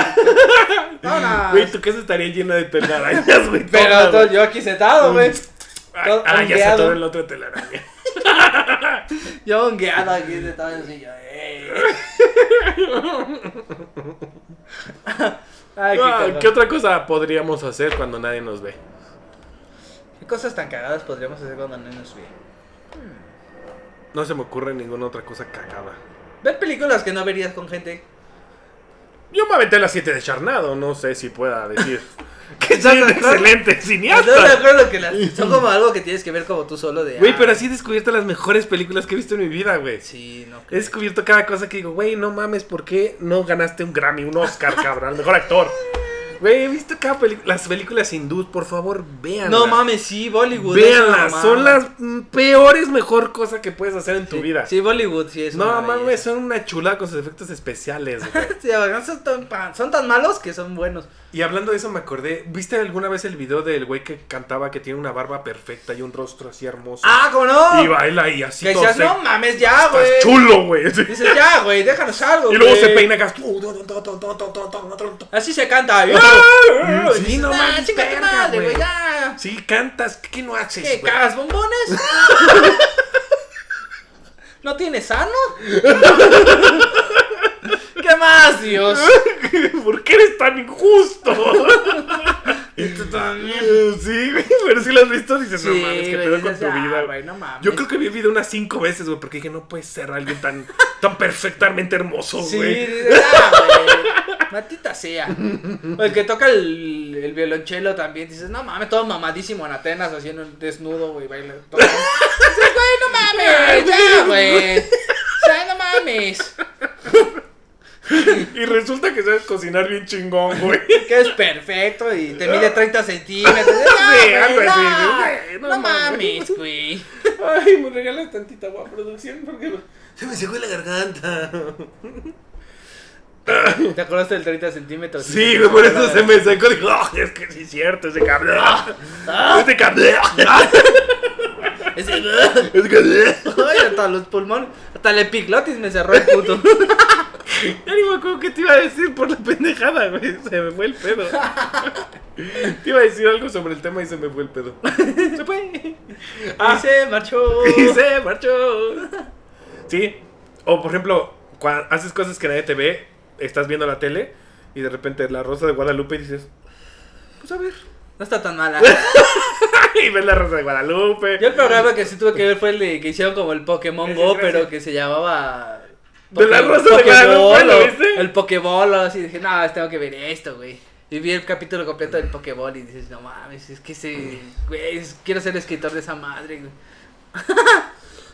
Speaker 2: Vámonos.
Speaker 1: tu casa estaría llena de telarañas, güey.
Speaker 2: Pero
Speaker 1: toda,
Speaker 2: to- yo aquí sentado, güey.
Speaker 1: Ay,
Speaker 2: Todo
Speaker 1: ah, ya se
Speaker 2: hongueado.
Speaker 1: atoró en la otra telaraña.
Speaker 2: Yo hongueado aquí de todo eso y yo, "Ey". Ay, qué,
Speaker 1: Ah,
Speaker 2: cagado.
Speaker 1: ¿Qué otra cosa podríamos hacer cuando nadie nos ve?
Speaker 2: ¿Qué cosas tan cagadas podríamos hacer cuando no nos ve?
Speaker 1: No se me ocurre ninguna otra cosa cagada.
Speaker 2: Ver películas que no verías con gente.
Speaker 1: Yo me aventé las 7 de Charnado, no sé si pueda decir.
Speaker 2: Que
Speaker 1: ¡Qué excelente
Speaker 2: Estás de
Speaker 1: cineasta!
Speaker 2: acuerdo que las, son como algo que tienes que ver como tú solo de.
Speaker 1: Güey,
Speaker 2: ah,
Speaker 1: pero así he descubierto las mejores películas que he visto en mi vida, güey.
Speaker 2: Sí, no.
Speaker 1: He descubierto cada cosa que digo, güey, no mames, ¿por qué no ganaste un Grammy, un Oscar, cabrón? El mejor actor. Güey, he visto cada película. Las películas hindú, por favor, véanlas.
Speaker 2: No mames, sí, Bollywood.
Speaker 1: Véanlas.
Speaker 2: eso no
Speaker 1: Son
Speaker 2: mames.
Speaker 1: las mm, peores, mejor cosa que puedes hacer en tu
Speaker 2: Sí,
Speaker 1: vida.
Speaker 2: Sí, Bollywood, sí es.
Speaker 1: no
Speaker 2: una
Speaker 1: mames,
Speaker 2: belleza.
Speaker 1: son una chulada con sus efectos especiales, güey.
Speaker 2: Sí, además son tan, pa- son tan malos que son buenos.
Speaker 1: Y hablando de eso me acordé, ¿viste alguna vez el video del güey que cantaba que tiene una barba perfecta y un rostro así hermoso?
Speaker 2: Ah, ¿cómo no?
Speaker 1: Y baila y así
Speaker 2: que
Speaker 1: todo
Speaker 2: decías,
Speaker 1: se-
Speaker 2: no mames, ya,
Speaker 1: Estás
Speaker 2: güey.
Speaker 1: chulo, güey. Sí.
Speaker 2: Dices, ya, güey, déjanos algo.
Speaker 1: Y luego
Speaker 2: güey.
Speaker 1: se peina acá.
Speaker 2: Así se canta. y-
Speaker 1: Mm, sí,
Speaker 2: Dices,
Speaker 1: no
Speaker 2: "Nah,
Speaker 1: mames,
Speaker 2: chinga tu
Speaker 1: verga,
Speaker 2: madre,
Speaker 1: güey".
Speaker 2: güey, ya.
Speaker 1: Sí, cantas, ¿qué qué no haces?
Speaker 2: ¿Qué,
Speaker 1: güey?
Speaker 2: cagas bombones? ¿No tienes sano? ¿Qué más, Dios?
Speaker 1: ¿Por qué eres tan injusto? Eh, sí, güey, pero si lo has visto dices, no mames, ¿qué
Speaker 2: güey,
Speaker 1: pedo con
Speaker 2: dices,
Speaker 1: tu
Speaker 2: "Ah,
Speaker 1: vida?
Speaker 2: güey, no mames.
Speaker 1: Yo creo que vi el video unas cinco veces, güey, porque dije, no puede ser alguien tan, tan perfectamente hermoso,
Speaker 2: Sí,
Speaker 1: güey.
Speaker 2: dices, "Ah, güey, Matita sea. O el que toca el, el violonchelo también. Dices, no mames, todo mamadísimo en Atenas, así en un desnudo, güey, baila. todo. Dices, güey, no mames, ya, güey. O sea, no mames.
Speaker 1: Y resulta que sabes cocinar bien chingón, güey.
Speaker 2: Que es perfecto y te mide 30 centímetros.
Speaker 1: Sí,
Speaker 2: No,
Speaker 1: algo
Speaker 2: güey,
Speaker 1: así,
Speaker 2: no,
Speaker 1: güey, no
Speaker 2: no
Speaker 1: mames.
Speaker 2: mames, güey.
Speaker 1: Ay, me regalas tantita agua, producción, porque se me secó la garganta.
Speaker 2: ¿Te acordaste del 30 centímetros?
Speaker 1: Sí, güey, por eso se me secó. Digo, "Ah, es que sí es cierto, ese cabrón. Este cabrón.
Speaker 2: Ese-
Speaker 1: Es que.
Speaker 2: Ay, hasta los pulmones. Hasta el epiglotis me cerró el puto.
Speaker 1: Ya ni me acuerdo qué te iba a decir por la pendejada, güey. Se me fue el pedo. Te iba a decir algo sobre el tema y se me fue el pedo. Se fue.
Speaker 2: Y Ah. se marchó.
Speaker 1: Y se marchó. Sí. O por ejemplo, cua- haces cosas que nadie te ve, estás viendo la tele y de repente la rosa de Guadalupe y dices, pues a ver.
Speaker 2: No está tan mala.
Speaker 1: Y ves la rosa de Guadalupe.
Speaker 2: Yo el programa que sí tuve que ver fue el de que hicieron como el Pokémon
Speaker 1: Ese
Speaker 2: Go,
Speaker 1: es
Speaker 2: pero
Speaker 1: gracioso.
Speaker 2: que se llamaba.
Speaker 1: De la
Speaker 2: Poké-
Speaker 1: Rosa de
Speaker 2: Pokéball
Speaker 1: Guadalupe, ¿lo
Speaker 2: o-
Speaker 1: viste?
Speaker 2: El Pokéball, o así dije, no, pues tengo que ver esto, güey. Y vi el capítulo completo del Pokéball y dices, no mames, es que ese, güey, es- quiero ser escritor de esa madre, güey.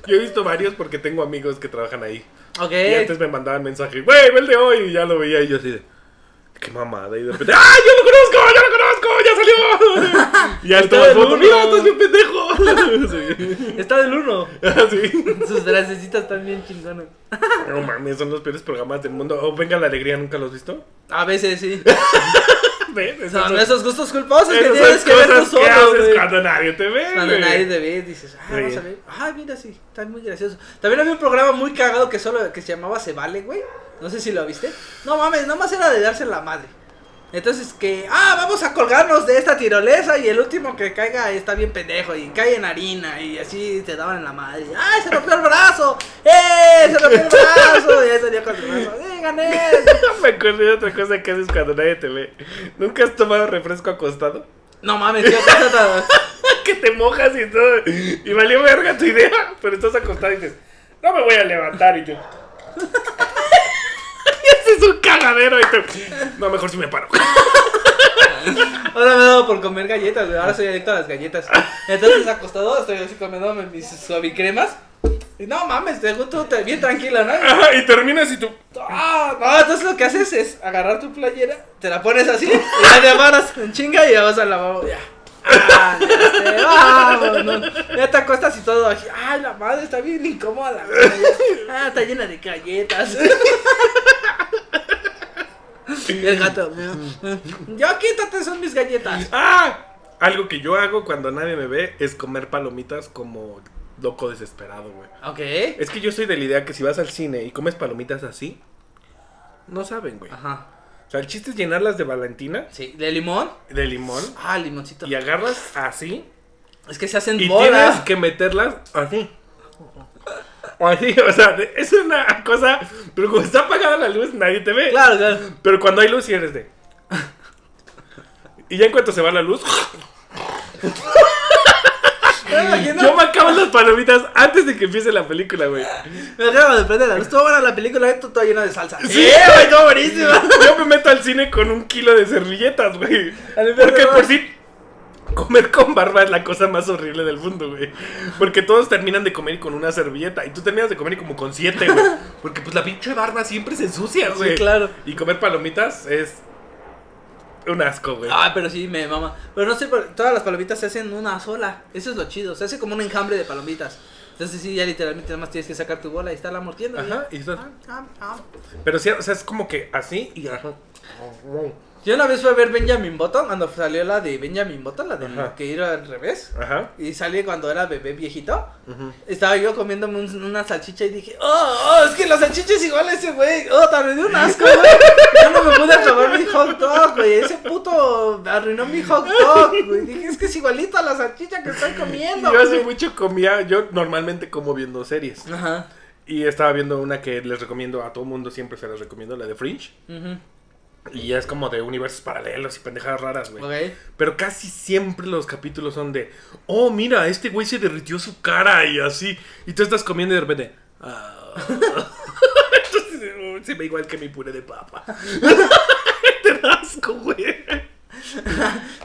Speaker 1: Yo he visto varios porque tengo amigos que trabajan ahí.
Speaker 2: Ok.
Speaker 1: Y antes me mandaban mensajes, güey, ve el de hoy. Y ya lo veía y yo así de, qué mamada. Y de repente, ¡ah, yo lo conozco! ¡Ya lo conozco! ¡Ya salió! Y ya
Speaker 2: Está
Speaker 1: tomas
Speaker 2: del
Speaker 1: foto,
Speaker 2: uno.
Speaker 1: ¡mira, estás bien pendejo! Sí.
Speaker 2: Está del uno.
Speaker 1: Así.
Speaker 2: Sus frasecitas están bien chingonas.
Speaker 1: No mames, son los peores programas del mundo. O Venga la Alegría, ¿nunca los has visto?
Speaker 2: A veces sí.
Speaker 1: ¿Ves? Esas
Speaker 2: Son
Speaker 1: son-
Speaker 2: esos gustos culposos que
Speaker 1: esas son
Speaker 2: tienes que ver tú
Speaker 1: cosas que
Speaker 2: solo,
Speaker 1: haces
Speaker 2: güey.
Speaker 1: cuando nadie te ve.
Speaker 2: Cuando
Speaker 1: güey.
Speaker 2: nadie te ve, dices, ah,
Speaker 1: Sí.
Speaker 2: vamos a ver. Ah, mira, sí, está muy gracioso. También había un programa muy cagado que solo que se llamaba Se Vale, güey. No sé si lo viste. No mames, nomás era de darse la madre. Entonces que, ah, vamos a colgarnos de esta tirolesa y el último que caiga está bien pendejo y cae en harina y así te daban en la madre. ¡Ay, se rompió el brazo! ¡Eh, se rompió el brazo! Y ahí salía con el brazo. ¡Eh, gané!
Speaker 1: Me acordé de otra cosa que haces cuando nadie te ve. ¿Nunca has tomado refresco acostado?
Speaker 2: No mames, tío, ¿qué tratado?
Speaker 1: que te mojas y todo. Y valió verga tu idea. Pero estás acostado y dices, no me voy a levantar. Y te. y haces un cagadero. Y te. No, mejor si me paro.
Speaker 2: Ahora me he dado por comer galletas, güey. Ahora soy adicto a las galletas. Entonces, acostado, estoy así comiéndome mis suavicremas. Y no mames, según tú, te, bien tranquilo, ¿no?
Speaker 1: Ajá, y terminas y tú.
Speaker 2: Ah, no, entonces lo que haces es agarrar tu playera, te la pones así, y ya te amarras en chinga y ya vas al lavabo, ya. Ah, ya, este, vámonos. ya te acostas y todo. así, Ay, la madre está bien incómoda. güey. Ah, está llena de galletas. Y el gato. Yo quítate, son mis galletas.
Speaker 1: ¡Ah! Algo que yo hago cuando nadie me ve es comer palomitas como loco desesperado, güey.
Speaker 2: Ah, Ok.
Speaker 1: Es que yo soy de la idea que si vas al cine y comes palomitas así, no saben, güey.
Speaker 2: Ajá.
Speaker 1: O sea, el chiste es llenarlas de Valentina,
Speaker 2: Sí. ¿De limón?
Speaker 1: de limón,
Speaker 2: Ah, limoncito.
Speaker 1: y agarras así
Speaker 2: Es que se hacen
Speaker 1: Y tienes
Speaker 2: bolas.
Speaker 1: que meterlas así. O así, o sea, de- es una cosa. Pero cuando está apagada la luz, nadie te ve.
Speaker 2: Claro, claro.
Speaker 1: Pero cuando hay luz, sí eres de. Y ya en cuanto se va la luz,
Speaker 2: Me imagino-
Speaker 1: yo me acabo las palomitas antes de que empiece la película, güey.
Speaker 2: Me acabo de prender la luz. Estuvo buena la película, ¿eh? esto todo lleno de salsa.
Speaker 1: Sí.
Speaker 2: Eh, güey, estuvo buenísima.
Speaker 1: Yo me meto al cine con un kilo de servilletas, güey.
Speaker 2: A mí me
Speaker 1: Porque
Speaker 2: hace
Speaker 1: por
Speaker 2: mal.
Speaker 1: sí. Comer con barba es la cosa más horrible del mundo, güey. Porque todos terminan de comer con una servilleta. Y tú terminas de comer y como con siete, güey. Porque pues la pinche barba siempre se ensucia, güey.
Speaker 2: Sí, claro.
Speaker 1: Y comer palomitas es un asco, güey.
Speaker 2: Ah, pero sí, me mama. Pero no sé, por- todas las palomitas se hacen una sola. Eso es lo chido. Se hace como un enjambre de palomitas. Entonces sí, ya literalmente nada más tienes que sacar tu bola y estarla mordiendo.
Speaker 1: Ajá,
Speaker 2: ¿sí?
Speaker 1: y estás-
Speaker 2: Ah, ah, ah.
Speaker 1: Pero sí, o sea, es como que así y ajá.
Speaker 2: Yo una vez fui a ver Benjamin Button, cuando salió la de Benjamin Button, la de
Speaker 1: Ajá.
Speaker 2: que ir al revés.
Speaker 1: Ajá.
Speaker 2: Y salí cuando era bebé viejito. Estaba yo comiéndome un- una salchicha y dije, oh, oh, es que la salchicha es igual a ese güey. Oh, te arruiné un asco, güey. Yo no me pude acabar mi hot dog, güey. Ese puto arruinó mi hot dog, güey. Dije, es que es igualito a la salchicha que estoy comiendo.
Speaker 1: Yo hace
Speaker 2: güey".
Speaker 1: mucho comía, yo normalmente como viendo series.
Speaker 2: Ajá.
Speaker 1: Y estaba viendo una que les recomiendo a todo mundo, siempre se las recomiendo, la de Fringe.
Speaker 2: ujú,
Speaker 1: Y es como de universos paralelos y pendejadas raras, güey.
Speaker 2: Ok.
Speaker 1: Pero casi siempre los capítulos son de, oh, mira, este güey se derritió su cara y así. Y tú estás comiendo y de repente... "Ah". Entonces, "Oh, se ve igual que mi puré de papa. Te da asco, güey.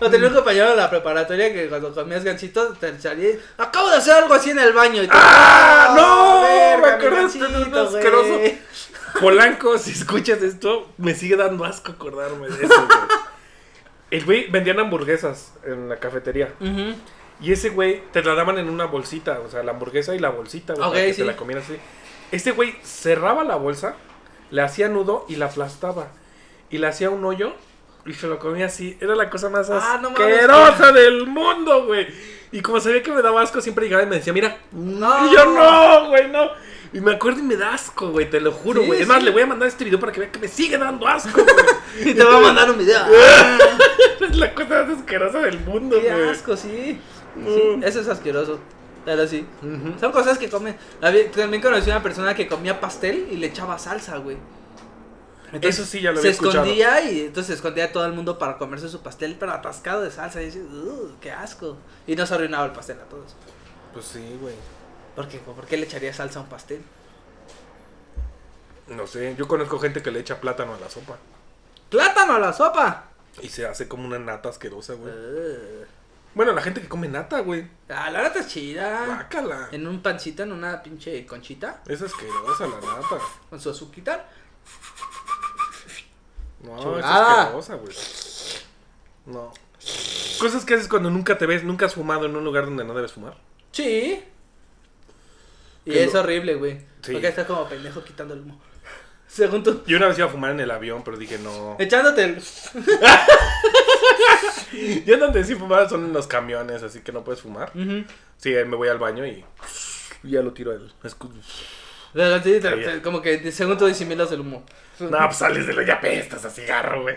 Speaker 2: No, tenía un compañero en la preparatoria que cuando comías ganchitos te salía acabo de hacer algo así en el baño. Y tú,
Speaker 1: ¡Ah!
Speaker 2: "Ah,
Speaker 1: ¡No!
Speaker 2: verga,
Speaker 1: Me
Speaker 2: mi
Speaker 1: acordaste de un
Speaker 2: ganchito, güey".
Speaker 1: asqueroso. Polanco, si escuchas esto, me sigue dando asco acordarme de eso, güey. El güey vendían hamburguesas en la cafetería.
Speaker 2: Ujú.
Speaker 1: Y ese güey te la daban en una bolsita, o sea, la hamburguesa y la bolsita, güey,
Speaker 2: Ok,
Speaker 1: para que
Speaker 2: sí.
Speaker 1: te la comieras así. Este güey cerraba la bolsa, le hacía nudo y la aplastaba. Y le hacía un hoyo y se lo comía así. Era la cosa más
Speaker 2: Ah, no mames.
Speaker 1: asquerosa del mundo, güey. Y como sabía que me daba asco, siempre llegaba y me decía, mira.
Speaker 2: No.
Speaker 1: Y yo, no, güey, no. Y me acuerdo y me da asco, güey, te lo juro,
Speaker 2: Ah. Sí,
Speaker 1: güey. Es más,
Speaker 2: sí.
Speaker 1: le voy a mandar este video para que vea que me sigue dando asco, güey.
Speaker 2: Y te va a mandar un video.
Speaker 1: es la cosa más asquerosa del mundo,
Speaker 2: Qué
Speaker 1: güey.
Speaker 2: asco, sí.
Speaker 1: No.
Speaker 2: Sí, Eso es asqueroso. Pero sí.
Speaker 1: Ujú.
Speaker 2: Son cosas que comen. A ver, También conocí a una persona que comía pastel y le echaba salsa, güey.
Speaker 1: Eso sí ya lo
Speaker 2: Se
Speaker 1: había escuchado.
Speaker 2: escondía y entonces escondía a todo el mundo para comerse su pastel, pero atascado de salsa. Y dices, "Ugh, qué asco. Y nos arruinaba el pastel a todos.
Speaker 1: Pues sí, güey.
Speaker 2: ¿Por qué? ¿Por qué le echaría salsa a un pastel?
Speaker 1: No sé, yo conozco gente que le echa plátano a la sopa
Speaker 2: ¡Plátano a la sopa!
Speaker 1: y se hace como una nata asquerosa, güey.
Speaker 2: Eh. Ugh.
Speaker 1: Bueno, la gente que come nata, güey.
Speaker 2: Ah, la nata es chida.
Speaker 1: Guácala.
Speaker 2: En un pancito, en una pinche conchita,
Speaker 1: Es asquerosa la nata.
Speaker 2: con su azuquita.
Speaker 1: No, es
Speaker 2: Chulada.
Speaker 1: asquerosa, güey. No. Cosas que haces cuando nunca te ves, nunca has fumado en un lugar donde no debes fumar.
Speaker 2: Sí. Y
Speaker 1: Que
Speaker 2: es
Speaker 1: lo-
Speaker 2: horrible, güey.
Speaker 1: Sí.
Speaker 2: Porque estás como pendejo quitando el humo. Según tú.
Speaker 1: Yo una vez iba a fumar en el avión, pero dije no.
Speaker 2: Echándote el.
Speaker 1: Yo donde sí fumaba son en los camiones, así que no puedes fumar.
Speaker 2: Ujú.
Speaker 1: Sí, ahí me voy al baño y ya lo tiro al escudo.
Speaker 2: Pero sí, te-
Speaker 1: Ahí.
Speaker 2: te- como que de- según tú disimilas el humo.
Speaker 1: No, pues sales de la ya apestas a cigarro, güey.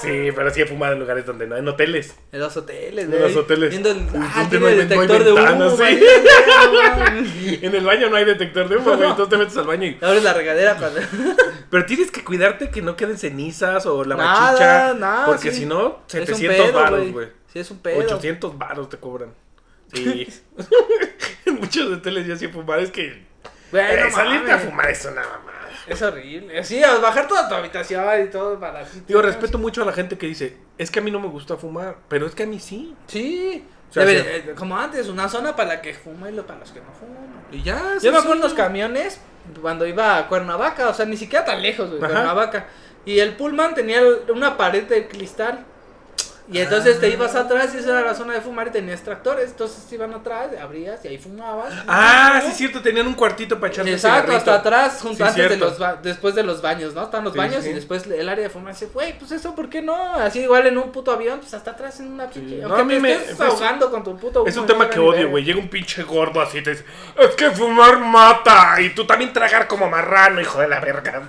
Speaker 1: Sí, pero sí he fumado en lugares donde no, en hoteles.
Speaker 2: En los hoteles,
Speaker 1: En
Speaker 2: güey.
Speaker 1: los hoteles.
Speaker 2: Viendo el.
Speaker 1: Uy,
Speaker 2: Ah,
Speaker 1: ¿dónde
Speaker 2: tiene
Speaker 1: no hay- no hay
Speaker 2: detector de humo.
Speaker 1: ventanas, sí?
Speaker 2: güey.
Speaker 1: En el baño no hay detector de humo, güey. Entonces te metes al baño y...
Speaker 2: Abres la regadera cuando.
Speaker 1: Pero tienes que cuidarte que no queden cenizas o la
Speaker 2: Nada,
Speaker 1: machicha.
Speaker 2: nada,
Speaker 1: porque
Speaker 2: sí.
Speaker 1: si no,
Speaker 2: Es un
Speaker 1: 700
Speaker 2: pedo,
Speaker 1: varos, güey.
Speaker 2: Sí, es un pedo.
Speaker 1: 800 varos te cobran. Sí. en muchos hoteles ya sí fumar es que...
Speaker 2: Güey, no
Speaker 1: eh, salirte a
Speaker 2: mames.
Speaker 1: fumar es una mamada.
Speaker 2: Es horrible. Sí, a bajar toda tu habitación y todo para.
Speaker 1: Digo, respeto mucho a la gente que dice, es que a mí no me gusta fumar, pero es que a mí sí.
Speaker 2: Sí.
Speaker 1: O sea,
Speaker 2: Debe-
Speaker 1: sí.
Speaker 2: eh, como antes, una zona para la que fuma y lo para los que no fuman.
Speaker 1: Y ya,
Speaker 2: Yo me
Speaker 1: sí,
Speaker 2: acuerdo en
Speaker 1: sí.
Speaker 2: los camiones cuando iba a Cuernavaca, o sea, ni siquiera tan lejos, güey,
Speaker 1: Ajá.
Speaker 2: Cuernavaca. Y el Pullman tenía el- una pared de cristal. Y entonces
Speaker 1: Ah.
Speaker 2: te ibas atrás y esa era la zona de fumar y tenías tractores. Entonces te iban atrás, abrías y ahí fumabas.
Speaker 1: Ah,
Speaker 2: fumabas.
Speaker 1: sí es cierto, tenían un cuartito para echarle
Speaker 2: Exacto,
Speaker 1: cigarrito.
Speaker 2: hasta atrás, junto
Speaker 1: Sí,
Speaker 2: antes de
Speaker 1: cierto.
Speaker 2: los ba- después de los baños, ¿no? Están los
Speaker 1: Sí,
Speaker 2: baños
Speaker 1: sí.
Speaker 2: y después el área de fumar. Dice, güey, pues eso, ¿por qué no? Así igual en un puto avión, pues hasta atrás en una pinche.
Speaker 1: No,
Speaker 2: Aunque
Speaker 1: a mí
Speaker 2: te
Speaker 1: me-
Speaker 2: estés
Speaker 1: es-
Speaker 2: ahogando con tu puto
Speaker 1: Es un
Speaker 2: humo,
Speaker 1: tema
Speaker 2: no
Speaker 1: que
Speaker 2: era ni
Speaker 1: odio,
Speaker 2: ver.
Speaker 1: güey. Llega un pinche gordo así y te dice, es que fumar mata. Y tú también tragar como marrano, hijo de la verga.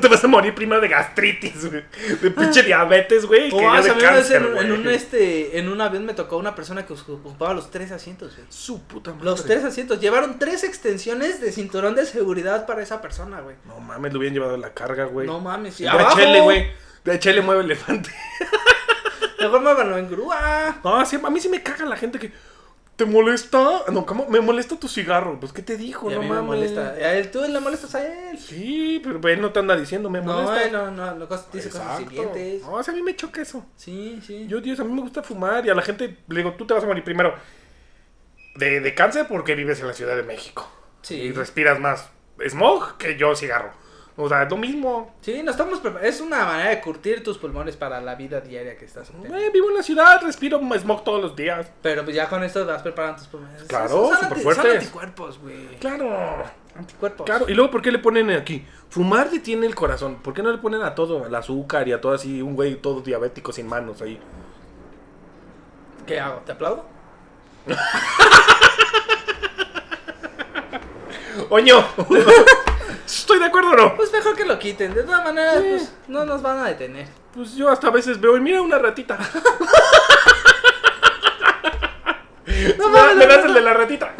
Speaker 1: Te vas a morir primero de gastritis, güey. De pinche diabetes, güey. que
Speaker 2: Oh,
Speaker 1: ya
Speaker 2: ah,
Speaker 1: de
Speaker 2: se me iba a
Speaker 1: cáncer,
Speaker 2: hacer un, en un
Speaker 1: güey.
Speaker 2: este, en un avión me tocó una persona que ocupaba los tres asientos, güey.
Speaker 1: Su puta madre.
Speaker 2: Los tres asientos. Llevaron tres extensiones de cinturón de seguridad para esa persona, güey.
Speaker 1: No mames, lo hubieran llevado en la carga, güey.
Speaker 2: No mames. y
Speaker 1: De
Speaker 2: abajo.
Speaker 1: HL, güey. De HL mueve elefante.
Speaker 2: Mejor muévanlo en grúa.
Speaker 1: No, sí, a mí sí me caga la gente que. ¿Te molesta? No, ¿cómo? Me molesta tu cigarro. Pues, ¿qué te dijo?
Speaker 2: Y a
Speaker 1: no
Speaker 2: mí me
Speaker 1: mames.
Speaker 2: molesta. A él, tú le molestas a él.
Speaker 1: Sí, pero él no te anda diciendo, me
Speaker 2: No,
Speaker 1: molesta.
Speaker 2: él no, no, no, cosas- dice cosas
Speaker 1: Exacto.
Speaker 2: hirientes.
Speaker 1: No, o sea, a mí me choca eso.
Speaker 2: Sí, sí.
Speaker 1: Yo, Dios, a mí me gusta fumar y a la gente le digo, tú te vas a morir primero de, de cáncer porque vives en la Ciudad de México.
Speaker 2: Sí.
Speaker 1: Y respiras más smog que yo cigarro. O sea, es lo mismo.
Speaker 2: Sí, no estamos prepar- Es una manera de curtir tus pulmones para la vida diaria que estás teniendo.
Speaker 1: Eh, vivo en la ciudad, respiro smog todos los días.
Speaker 2: Pero pues ya con esto vas preparando tus pulmones.
Speaker 1: Claro,
Speaker 2: Son- son
Speaker 1: súper
Speaker 2: anti-
Speaker 1: fuertes.
Speaker 2: Son anticuerpos, güey.
Speaker 1: Claro,
Speaker 2: Anticuerpos.
Speaker 1: claro. Y luego, ¿por qué le ponen aquí? Fumar detiene el corazón. ¿Por qué no le ponen a todo, al azúcar y a todo así, un güey todo diabético sin manos ahí?
Speaker 2: ¿Qué hago? ¿Te aplaudo?
Speaker 1: ¡Oño! ¿Estoy de acuerdo o no?
Speaker 2: Pues mejor que lo quiten. De todas maneras,
Speaker 1: Sí.
Speaker 2: pues, no nos van a detener.
Speaker 1: Pues yo hasta a veces veo y mira una ratita.
Speaker 2: No
Speaker 1: me,
Speaker 2: mames,
Speaker 1: me
Speaker 2: la
Speaker 1: das el de la ratita.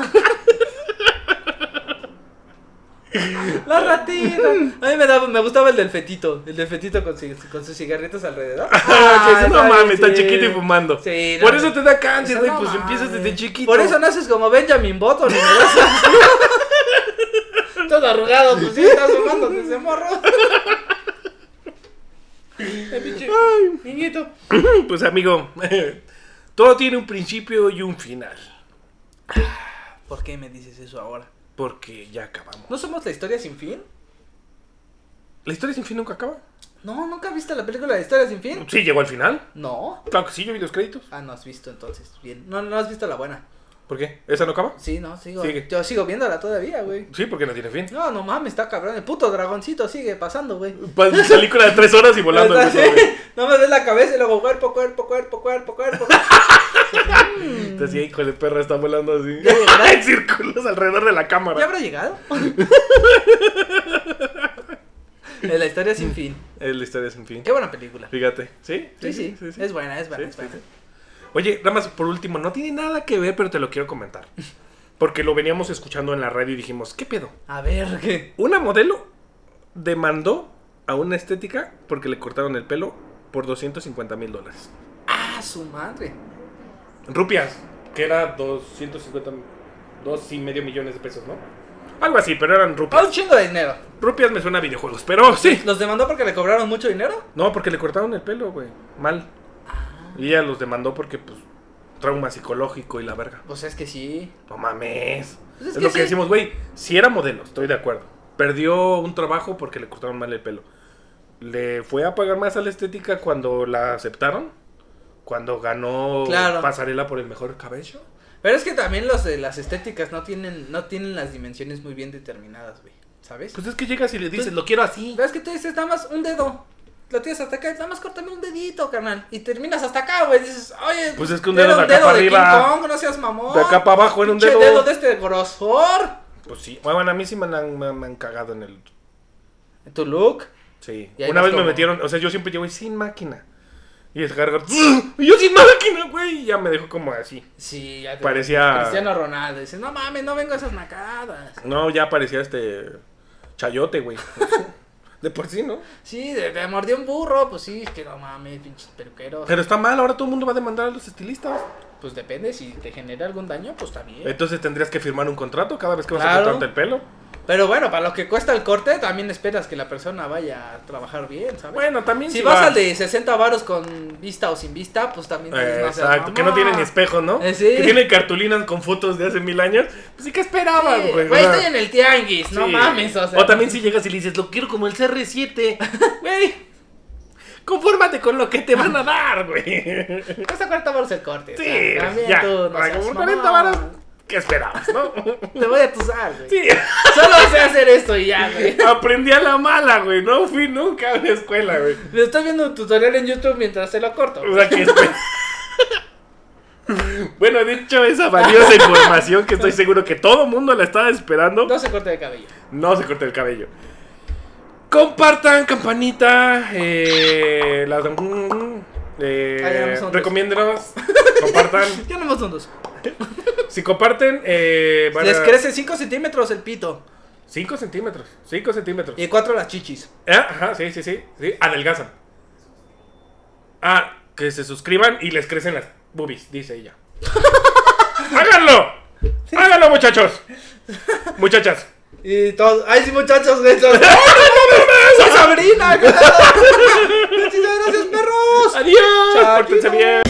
Speaker 2: La ratita. A mí me, daba, me gustaba el del fetito. El del fetito con, ci- con sus cigarritos alrededor.
Speaker 1: Ah,
Speaker 2: Ay,
Speaker 1: no mames,
Speaker 2: bien
Speaker 1: tan chiquito y
Speaker 2: chido.
Speaker 1: fumando.
Speaker 2: Sí, no,
Speaker 1: Por eso te da
Speaker 2: o sea,
Speaker 1: cáncer, güey.
Speaker 2: no
Speaker 1: pues
Speaker 2: mames.
Speaker 1: empiezas desde chiquito.
Speaker 2: Por eso naces como Benjamin Button. y me das- Todo arrugado, pues sí, estás fumando desde morro. El pinche
Speaker 1: Ay,
Speaker 2: Niñito.
Speaker 1: pues amigo, todo tiene un principio y un final.
Speaker 2: ¿Por qué me dices eso ahora?
Speaker 1: Porque ya acabamos.
Speaker 2: ¿No somos la historia sin fin?
Speaker 1: ¿La historia sin fin nunca acaba?
Speaker 2: No, ¿nunca viste la película de historia sin fin?
Speaker 1: Sí, llegó al final.
Speaker 2: No.
Speaker 1: Claro que sí, yo vi los créditos.
Speaker 2: Ah, no has visto entonces. Bien. No, no has visto la buena.
Speaker 1: ¿Por qué? ¿Esa no acaba?
Speaker 2: Sí, no, sigo.
Speaker 1: Sigue.
Speaker 2: Yo sigo viéndola todavía, güey.
Speaker 1: Sí, porque no tiene fin.
Speaker 2: No, no mames, está cabrón. El puto dragoncito sigue pasando, güey.
Speaker 1: Pa- Película de tres horas y volando.
Speaker 2: Está
Speaker 1: güey.
Speaker 2: así, No me ves la cabeza y luego cuerpo, cuerpo, cuerpo, cuerpo, cuerpo.
Speaker 1: Entonces, sí, hijo de perra, está volando así.
Speaker 2: Ya llegará.
Speaker 1: en círculos alrededor de la cámara.
Speaker 2: Mm, ¿Ya habrá llegado? De la historia sin fin.
Speaker 1: Es la historia sin fin.
Speaker 2: Qué buena película.
Speaker 1: Fíjate. ¿Sí?
Speaker 2: Sí, sí, es buena, es buena,
Speaker 1: Sí,
Speaker 2: es buena.
Speaker 1: sí, sí. Oye, nada más por último, no tiene nada que ver, pero te lo quiero comentar. Porque lo veníamos escuchando en la radio y dijimos, ¿qué pedo?
Speaker 2: A ver, ¿qué?
Speaker 1: Una modelo demandó a una estética porque le cortaron el pelo por 250 mil dólares.
Speaker 2: Ah, su madre.
Speaker 1: Rupias, que era 250, dos y medio millones de pesos, ¿no? Algo así, pero eran
Speaker 2: Ah, un
Speaker 1: rupias.
Speaker 2: chingo de dinero.
Speaker 1: Rupias me suena a videojuegos, pero Oh, sí.
Speaker 2: ¿Los demandó porque le cobraron mucho dinero?
Speaker 1: No, porque le cortaron el pelo, güey. Mal. Y ella los demandó porque, pues, trauma psicológico y la verga.
Speaker 2: Pues es que sí.
Speaker 1: No mames.
Speaker 2: Pues es
Speaker 1: es
Speaker 2: que
Speaker 1: lo que
Speaker 2: sí.
Speaker 1: decimos, güey. Si era modelo, estoy de acuerdo. Perdió un trabajo porque le cortaron mal el pelo. Le fue a pagar más a la estética cuando la aceptaron. Cuando ganó
Speaker 2: Claro.
Speaker 1: pasarela por el mejor cabello.
Speaker 2: Pero es que también los de las estéticas no tienen, no tienen las dimensiones muy bien determinadas, güey. ¿Sabes?
Speaker 1: Pues es que llegas y le dices, lo quiero así.
Speaker 2: ¿Ves que tú dices nada más un dedo? Lo tienes hasta acá, nada más cortame un dedito, carnal. Y terminas hasta acá, güey. Dices, oye,
Speaker 1: Pues es que un
Speaker 2: era
Speaker 1: dedo de acá para
Speaker 2: de King
Speaker 1: arriba.
Speaker 2: Kong, no seas mamón.
Speaker 1: De acá para abajo era un
Speaker 2: Pinche
Speaker 1: dedo.
Speaker 2: de este grosor.
Speaker 1: Pues sí. Bueno, a mí sí me han, me han- me han cagado en el
Speaker 2: Tu look.
Speaker 1: Sí.
Speaker 2: Y ahí
Speaker 1: Una
Speaker 2: vas
Speaker 1: vez me
Speaker 2: como-
Speaker 1: metieron, o sea, yo siempre llevo sin máquina. Y es Gargar. Y yo sin máquina, güey. Y ya me dejó como así.
Speaker 2: Sí, ya te-
Speaker 1: Parecía-
Speaker 2: Cristiano Ronaldo. Dices, no mames, no vengo a esas nacadas.
Speaker 1: No, ya parecía este. Chayote, güey. De por sí, ¿no?
Speaker 2: Sí, de- te mordió un burro, pues sí, es que no mames, pinches peluqueros.
Speaker 1: Pero está mal, ahora todo el mundo va a demandar a los estilistas.
Speaker 2: Pues depende, si te genera algún daño, pues también.
Speaker 1: Entonces tendrías que firmar un contrato cada vez que vas
Speaker 2: Claro.
Speaker 1: a cortarte el pelo.
Speaker 2: Pero bueno, para lo que cuesta el corte, también esperas que la persona vaya a trabajar bien, ¿sabes?
Speaker 1: Bueno, también
Speaker 2: Si vas
Speaker 1: va-
Speaker 2: al de 60 varos con vista o sin vista, pues también
Speaker 1: Eh,
Speaker 2: dices, no seas
Speaker 1: Exacto, que no
Speaker 2: mamón.
Speaker 1: tienen espejo, ¿no?
Speaker 2: Eh, sí.
Speaker 1: Que tienen cartulinas con fotos de hace mil años. Pues sí, ¿qué esperabas,
Speaker 2: Ah, Sí,
Speaker 1: güey?
Speaker 2: Güey,
Speaker 1: O sea,
Speaker 2: estoy en el tianguis, no
Speaker 1: sí.
Speaker 2: mames, o sea.
Speaker 1: O también si llegas y le dices, lo quiero como el CR7. Güey, confórmate con lo que te van a dar, güey.
Speaker 2: Cuesta 40 varos el corte.
Speaker 1: Sí, pues,
Speaker 2: o sea, también
Speaker 1: ya.
Speaker 2: tú, no
Speaker 1: para
Speaker 2: seas
Speaker 1: como 40
Speaker 2: mamón.
Speaker 1: varas, ¿qué esperabas, no?
Speaker 2: Te voy a tusar, güey.
Speaker 1: sí.
Speaker 2: Solo sé hacer esto y ya, güey.
Speaker 1: Aprendí a la mala, güey. No fui nunca a una escuela, güey.
Speaker 2: Le estoy viendo un tutorial en YouTube mientras se lo corto.
Speaker 1: O sea, que espe- Bueno, de hecho, esa valiosa información que estoy seguro que todo mundo la estaba esperando.
Speaker 2: No se corte de cabello.
Speaker 1: No se corte el cabello. Compartan, campanita. eh, las... Eh,
Speaker 2: Ah, ya no son dos.
Speaker 1: recomiéndenos, compartan.
Speaker 2: Ya nomás son dos.
Speaker 1: Si comparten, eh, van
Speaker 2: Les
Speaker 1: a-
Speaker 2: crece 5 centímetros el pito.
Speaker 1: 5 centímetros. 5 centímetros.
Speaker 2: Y 4 las chichis.
Speaker 1: Ah, ajá, sí, sí, sí, sí. Adelgazan. Ah, que se suscriban y les crecen las boobies, dice ella. ¡Háganlo! ¡Háganlo, muchachos! Muchachas.
Speaker 2: Y todos. ¡Ay, sí, muchachos! güey, todos, ¡Ay, ¡Su sobrina! cuidado! ¡Muchísimas gracias, perros!
Speaker 1: ¡Adiós!
Speaker 2: Chao,
Speaker 1: ¡Pórtense
Speaker 2: chino.
Speaker 1: bien!